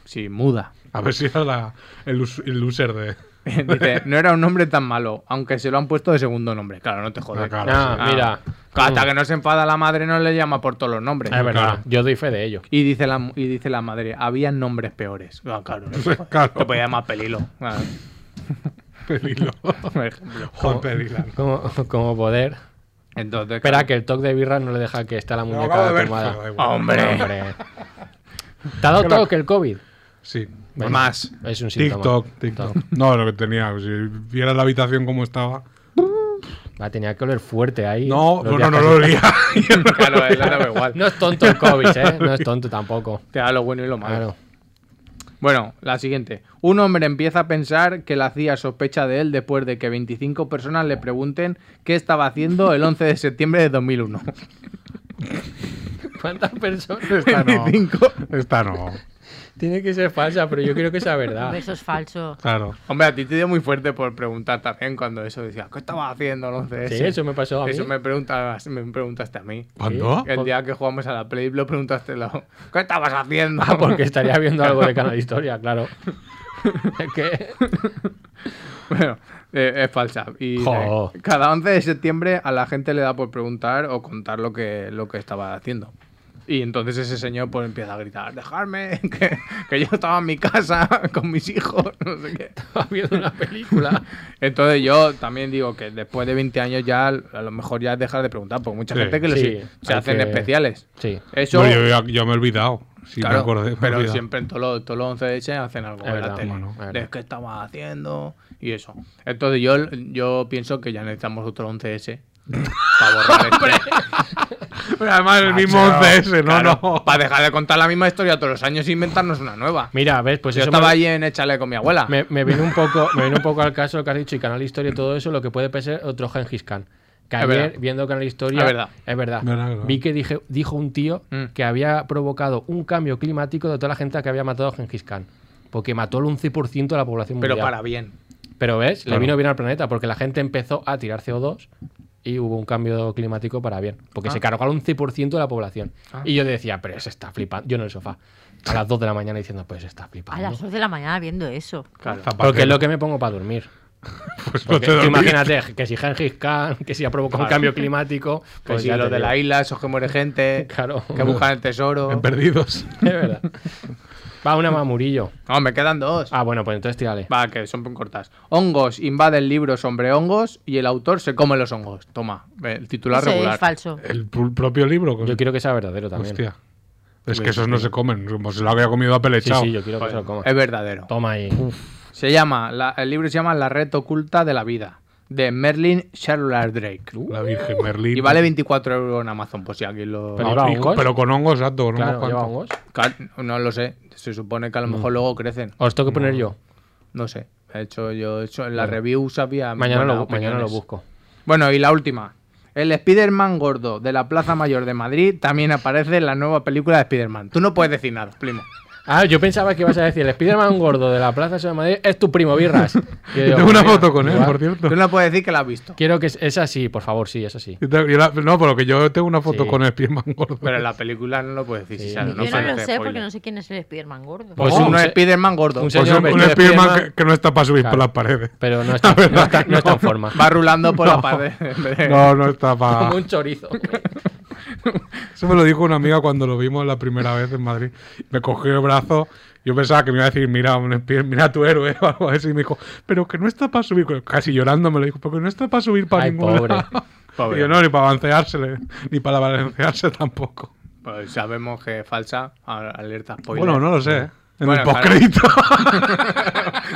Sí, muda. (laughs) A ver si era la- el, us- el loser de. Dice, no era un nombre tan malo, aunque se lo han puesto de segundo nombre. Claro, no te Ah, jodes. claro, Ah, sí. mira. Claro, Hasta que no se enfada la madre no le llama por todos los nombres. Es verdad. Claro. Yo doy fe de ello. Y dice la, y dice la madre, había nombres peores. Ah, claro, no (laughs) te jodes. Claro. Te podía llamar Pelilo. Ah, (laughs) Pelilo. por ejemplo. Joder, Pelilo. Como, como poder. Entonces, Espera, que el toque de birra no le deja que esté la Lo acabo muñeca de ver. eh. pero da tomada. igual. Hombre. Hombre. (laughs) ¿Te ha dado Claro. toque el COVID? Sí. claro, más. (laughs) Es un síntoma. TikTok, TikTok. No, lo que tenía. Si viera la habitación como estaba. Ah, tenía que oler fuerte ahí. No, Los no, días no, no (laughs) casi- lo olía. Yo no Claro, lo a él le olía. daba igual. No es tonto el COVID, ¿eh? No es tonto tampoco. Te da lo bueno y lo malo. Claro. Bueno, la siguiente. Un hombre empieza a pensar que la CIA sospecha de él después de que 25 personas le pregunten qué estaba haciendo el 11 de septiembre de (laughs) 2001. ¿Cuántas personas? Esta no. 25. Esta no. Tiene que ser falsa, pero yo creo que sea Ah. verdad. Eso es falso. Claro. Hombre, a ti te dio muy fuerte por preguntar también cuando eso decía, ¿qué estaba haciendo el 11 de Sí, ese?". eso me pasó a mí. Eso me, preguntas, me preguntaste a mí. ¿Cuándo? El día que jugamos a la Play lo preguntaste, lo, ¿qué estabas haciendo? (laughs) Ah, porque estaría viendo algo de Canal Historia, (laughs) claro. Es que (laughs) (laughs) Bueno, eh, es falsa. Y eh, Jo. cada 11 de septiembre a la gente le da por preguntar o contar lo que, lo que estaba haciendo. Y entonces ese señor pues empieza a gritar, dejadme, (laughs) que, que yo estaba en mi casa (laughs) con mis hijos, no sé qué. estaba viendo una película. Entonces yo también digo que después de 20 años ya a lo mejor ya es dejar de preguntar, porque mucha Sí, gente que lo sí, se- se hay hacen que- especiales. Sí. Eso, No, yo, ya- yo me he olvidado. Sí, me claro, acordé. me he pero olvidado. siempre en todos los todos los 11 de ese hacen algo Es en la verdad, tele. bueno, es de verdad. qué estaba haciendo y eso. Entonces yo, yo pienso que ya necesitamos otro (laughs) 11S. Para borrar este. Pero además Ah, el mismo 11S, no, no. Para dejar de contar la misma historia todos los años e inventarnos una nueva. Mira, ves, pues yo eso estaba me- allí en Échale con mi abuela. Me, me viene un poco, me viene un poco al caso lo que has dicho y Canal Historia y todo eso, lo que puede ser otro Gengis Khan. Que Es ayer, verdad. viendo Canal Historia, Es verdad. es verdad, Verdad, verdad. vi que dije, dijo un tío Mm. que había provocado un cambio climático de toda la gente que había matado a Gengis Khan. Porque mató el 11% de la población pero mundial. para bien. Pero ves, le Claro. vino bien al planeta porque la gente empezó a tirar CO2 y hubo un cambio climático para bien. Porque se cargó al 11% de la población. Y yo decía, pero se está flipando. Yo en el sofá, a las 2 de la mañana diciendo, pues se está A flipando. las 2 de la mañana viendo eso. Zapatero. Porque es lo que me pongo para dormir. Pues no Porque te tú dormís. imagínate que si Gengis Khan, que si ha provocado un Claro. cambio climático, Pues pues si ya lo te de la digo. isla, esos que muere gente, (laughs) Claro. que buscan el tesoro. (laughs) En perdidos. (laughs) Es verdad. Va una mamurillo. No, me quedan dos. Ah, bueno, pues entonces tírale. Va, que son cortas. Hongos invaden libros sobre hongos y el autor se come los hongos. Toma, el titular Eso regular. Eh, es falso. El pr- propio libro. con- Yo quiero que sea verdadero también. Hostia. Es que esos no se comen. Como si lo había comido a Sí, pelechao. sí, yo quiero que se lo coma. Es verdadero. Toma ahí. Se llama, la- el libro se llama La red oculta de la vida, de Merlin Charlotte Drake. Uh. La Virgen Merlín. Y vale 24 euros en Amazon, por si alguien lo... Pero- Ahora, ¿Lleva y con- hongos? pero con hongos, exacto. con Claro, hongos lleva cuantos. (laughs) hongos. Ca- No lo sé, se supone que a lo mejor Mm. luego crecen. Os tengo que poner yo. No sé. De hecho, yo eso en la review sabía... Mañana, buenas lo, mañana lo opiniones. busco. Bueno, y la última. El Spider-Man gordo de la Plaza Mayor de Madrid también aparece en la nueva película de Spider-Man. Tú no puedes decir nada, primo. Ah, yo pensaba que ibas a decir el Spiderman gordo de la Plaza de Madrid es tu primo (laughs) Birras. Y yo Yo digo, tengo una mira, foto con él, igual. por cierto. Tú no puedes decir que la has visto. Quiero que es- es así, por favor, sí, es así. Yo te- yo la- no, pero que yo tengo una foto Sí. con el pie más gordo. Pero en la película no lo puedes decir. Sí. si sale, Yo no sale lo de sé porque spoiler. no sé quién es el Spiderman gordo. Oh, Pues un un se- Spider-Man gordo. un Pues señor un, un vestido de Spiderman Spiderman. que, que no está para subir Claro. por las paredes. Pero (laughs) no está, no está, no está en forma. Va rulando por la pared. (laughs) No, no está para. Como un chorizo. Eso me lo dijo una amiga cuando lo vimos la primera vez en Madrid. Me cogió el brazo. Yo pensaba que me iba a decir, mira, un espía, mira a tu héroe (laughs) o algo así. Y me dijo, pero que no está para subir. Casi llorando me lo dijo, porque no está para subir (laughs) para Ay, ningún pobre. lado. Pobre. (laughs) Y yo no, ni para balanceársele, ni para balancearse tampoco. Pues sabemos que es falsa. a- Alerta Pues spoiler. Bueno, no lo sé. ¿eh? En Bueno, el claro. (laughs) postcrédito (laughs)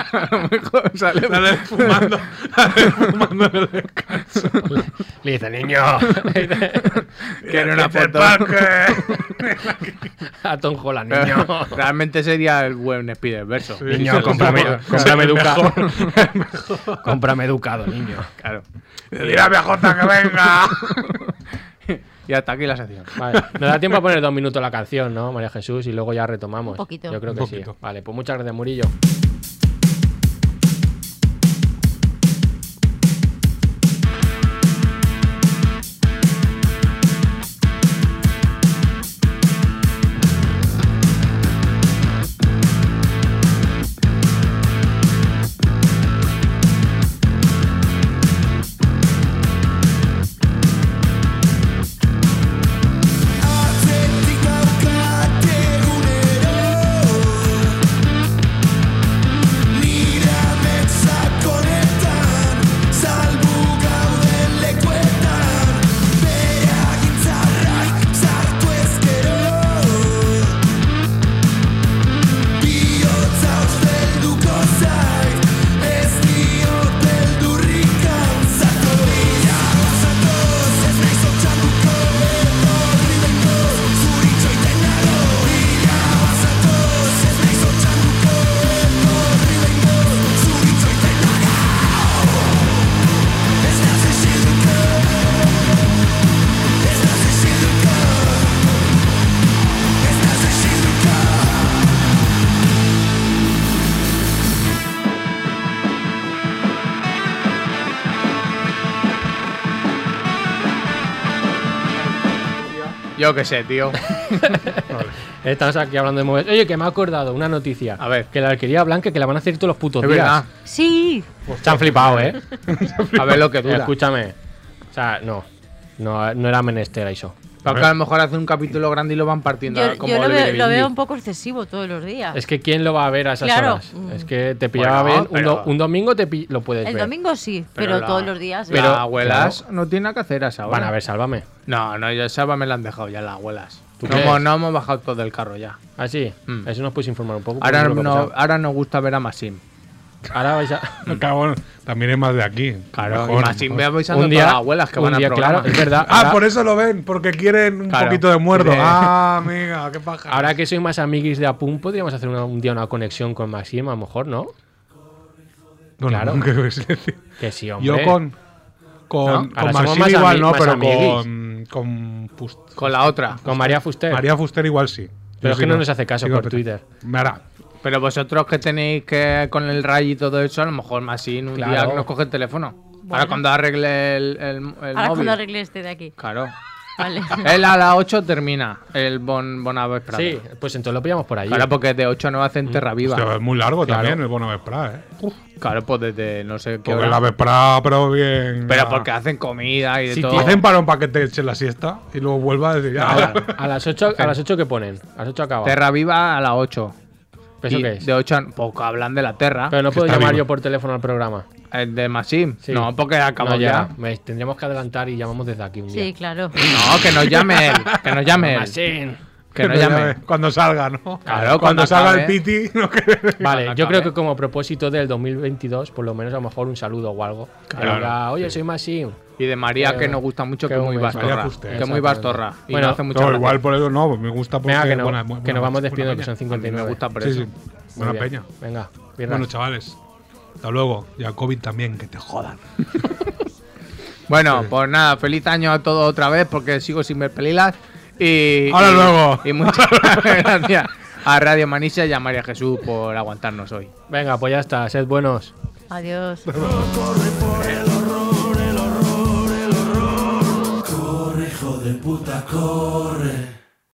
(laughs) A lo mejor sale. sale fumando, sale fumando en el descanso. (laughs) Le dice, niño, (laughs) Que era una Peter foto. (laughs) a Tom Holland, (laughs) niño. (laughs) Pero Realmente sería el buen Spider-Verso. Sí. Niño, Sí, cómprame, sí, sí, cómprame sí, educado. (laughs) (laughs) cómprame educado, niño. Claro. Dile a mi Jota que venga. (laughs) Y hasta aquí la sección. Vale, nos da tiempo a poner dos minutos la canción, ¿no, María Jesús? Y luego ya retomamos. Un poquito. Yo creo Un que sí. poquito. Vale, pues muchas gracias, Murillo. Yo qué sé, tío. Estamos aquí hablando de móviles. Oye, que me ha acordado una noticia. A ver. Que la alquería blanca que la van a hacer todos los putos Es días. verdad. Sí, Se han flipado, (laughs) ¿eh? A ver lo que dura. Escúchame. O sea, no. No, no era menester eso. Porque a lo mejor hacen un capítulo grande y lo van partiendo. yo, como yo lo, Oliver veo, y lo Benji. veo un poco excesivo todos los días. Es que ¿quién lo va a ver a esas Claro. horas? Mm. Es que te pillaba Bueno, bien. Un, pero- do- un domingo te pi- lo puedes El ver. domingo sí, pero, la- todos los días. Pero no. las abuelas no tienen nada que hacer a esa hora. Van a ver, sálvame. No, no, ya esa hora me la han dejado ya las abuelas. ¿Tú No crees? hemos, no hemos bajado todo del carro ya. Ah, sí. Mm. Eso nos puedes informar un poco. por Ahora, ejemplo, lo no, que ahora nos gusta ver a Massim. sea. Ahora vais a. Ah, Cabrón, también es más de aquí. Claro, Mejor. y Massim me avisando a todas las abuelas que un van a día, claro, programas. es verdad. Ah, ahora- por eso lo ven, porque quieren un Claro. poquito de muerdo. Sí. Ah, amiga, qué paja. Ahora que soy más amiguis de Apun, podríamos hacer una- un día una conexión con Maxim, a lo mejor, ¿no? Bueno, claro. (laughs) ¿qué quieres decir? Que sí, hombre. Yo con. Con, ¿No? con Ahora somos Maxim más igual ami- no, más pero amiguis. con. Con (laughs) Pust- Con la otra. Con María Fuster. María Fuster igual sí. Pero Yo es sí que no nos hace caso Sí, por pero- Twitter. Me hará. Pero vosotros que tenéis que con el ray y todo eso, a lo mejor Massim un Claro. día nos coge el teléfono. Ahora cuando arregle el, el- el Ahora móvil. cuando arregle este de aquí. Claro. (laughs) Vale. Él a las 8 termina el Bon Bonavés Prado. Sí, Mm. pues entonces lo pillamos por ahí. Claro, porque de 8 a 9 hacen Terra Viva. Hostia, es muy largo Claro. también el Bono Vesprá, ¿eh? Claro, pues desde no sé qué Porque hora. la Vesprá, pero bien. Pero ah, porque hacen comida y de Sí, todo. tío. Hacen parón para que te echen la siesta y luego vuelva a decir. "Ah, Ahora, a las 8 a las 8 que ponen. A las 8 acaba. Terra Viva a las 8. ¿Pero eso Y qué es? De 8 a... Poco hablan de la Ah. Terra. Pero no puedo está llamar vivo. yo por teléfono al programa. El de Masim. Sí. No, porque acabó No, ya. Me- tendríamos que adelantar y llamamos desde aquí un día. Sí, claro. No, que nos llame él. Que nos (laughs) llame él. Maxim. Que (laughs) nos llame. Cuando salga, ¿no? Claro, cuando, cuando salga acabe. el piti, (laughs) no que- Vale, Cuando yo creo acabe. que como propósito del 2022, por lo menos a lo mejor un saludo o algo. Que Claro, diga, oye, soy Maxim. Y de María, Qué- que nos gusta mucho, qué que es muy buen María bastorra. Fuster. Que es muy Exactamente. bastorra. Y Bueno, no hace mucha No, gracia. igual por eso no, me gusta porque Venga, que, no, buena- buena- que nos vamos buena despidiendo, que peña. son A mí 59. me gusta por Sí, eso. sí, Muy buena bien. peña. Venga, bien. Bueno, chavales, hasta luego. Y a COVID también, que te jodan. Bueno, pues nada, feliz año a todos otra vez porque sigo sin ver pelilas. Y, Ahora y- luego. Y muchas (laughs) gracias a Radio Manisa y a María Jesús por aguantarnos hoy. Venga, pues ya está, sed buenos. Adiós. (laughs) Corre, hijo de puta, corre.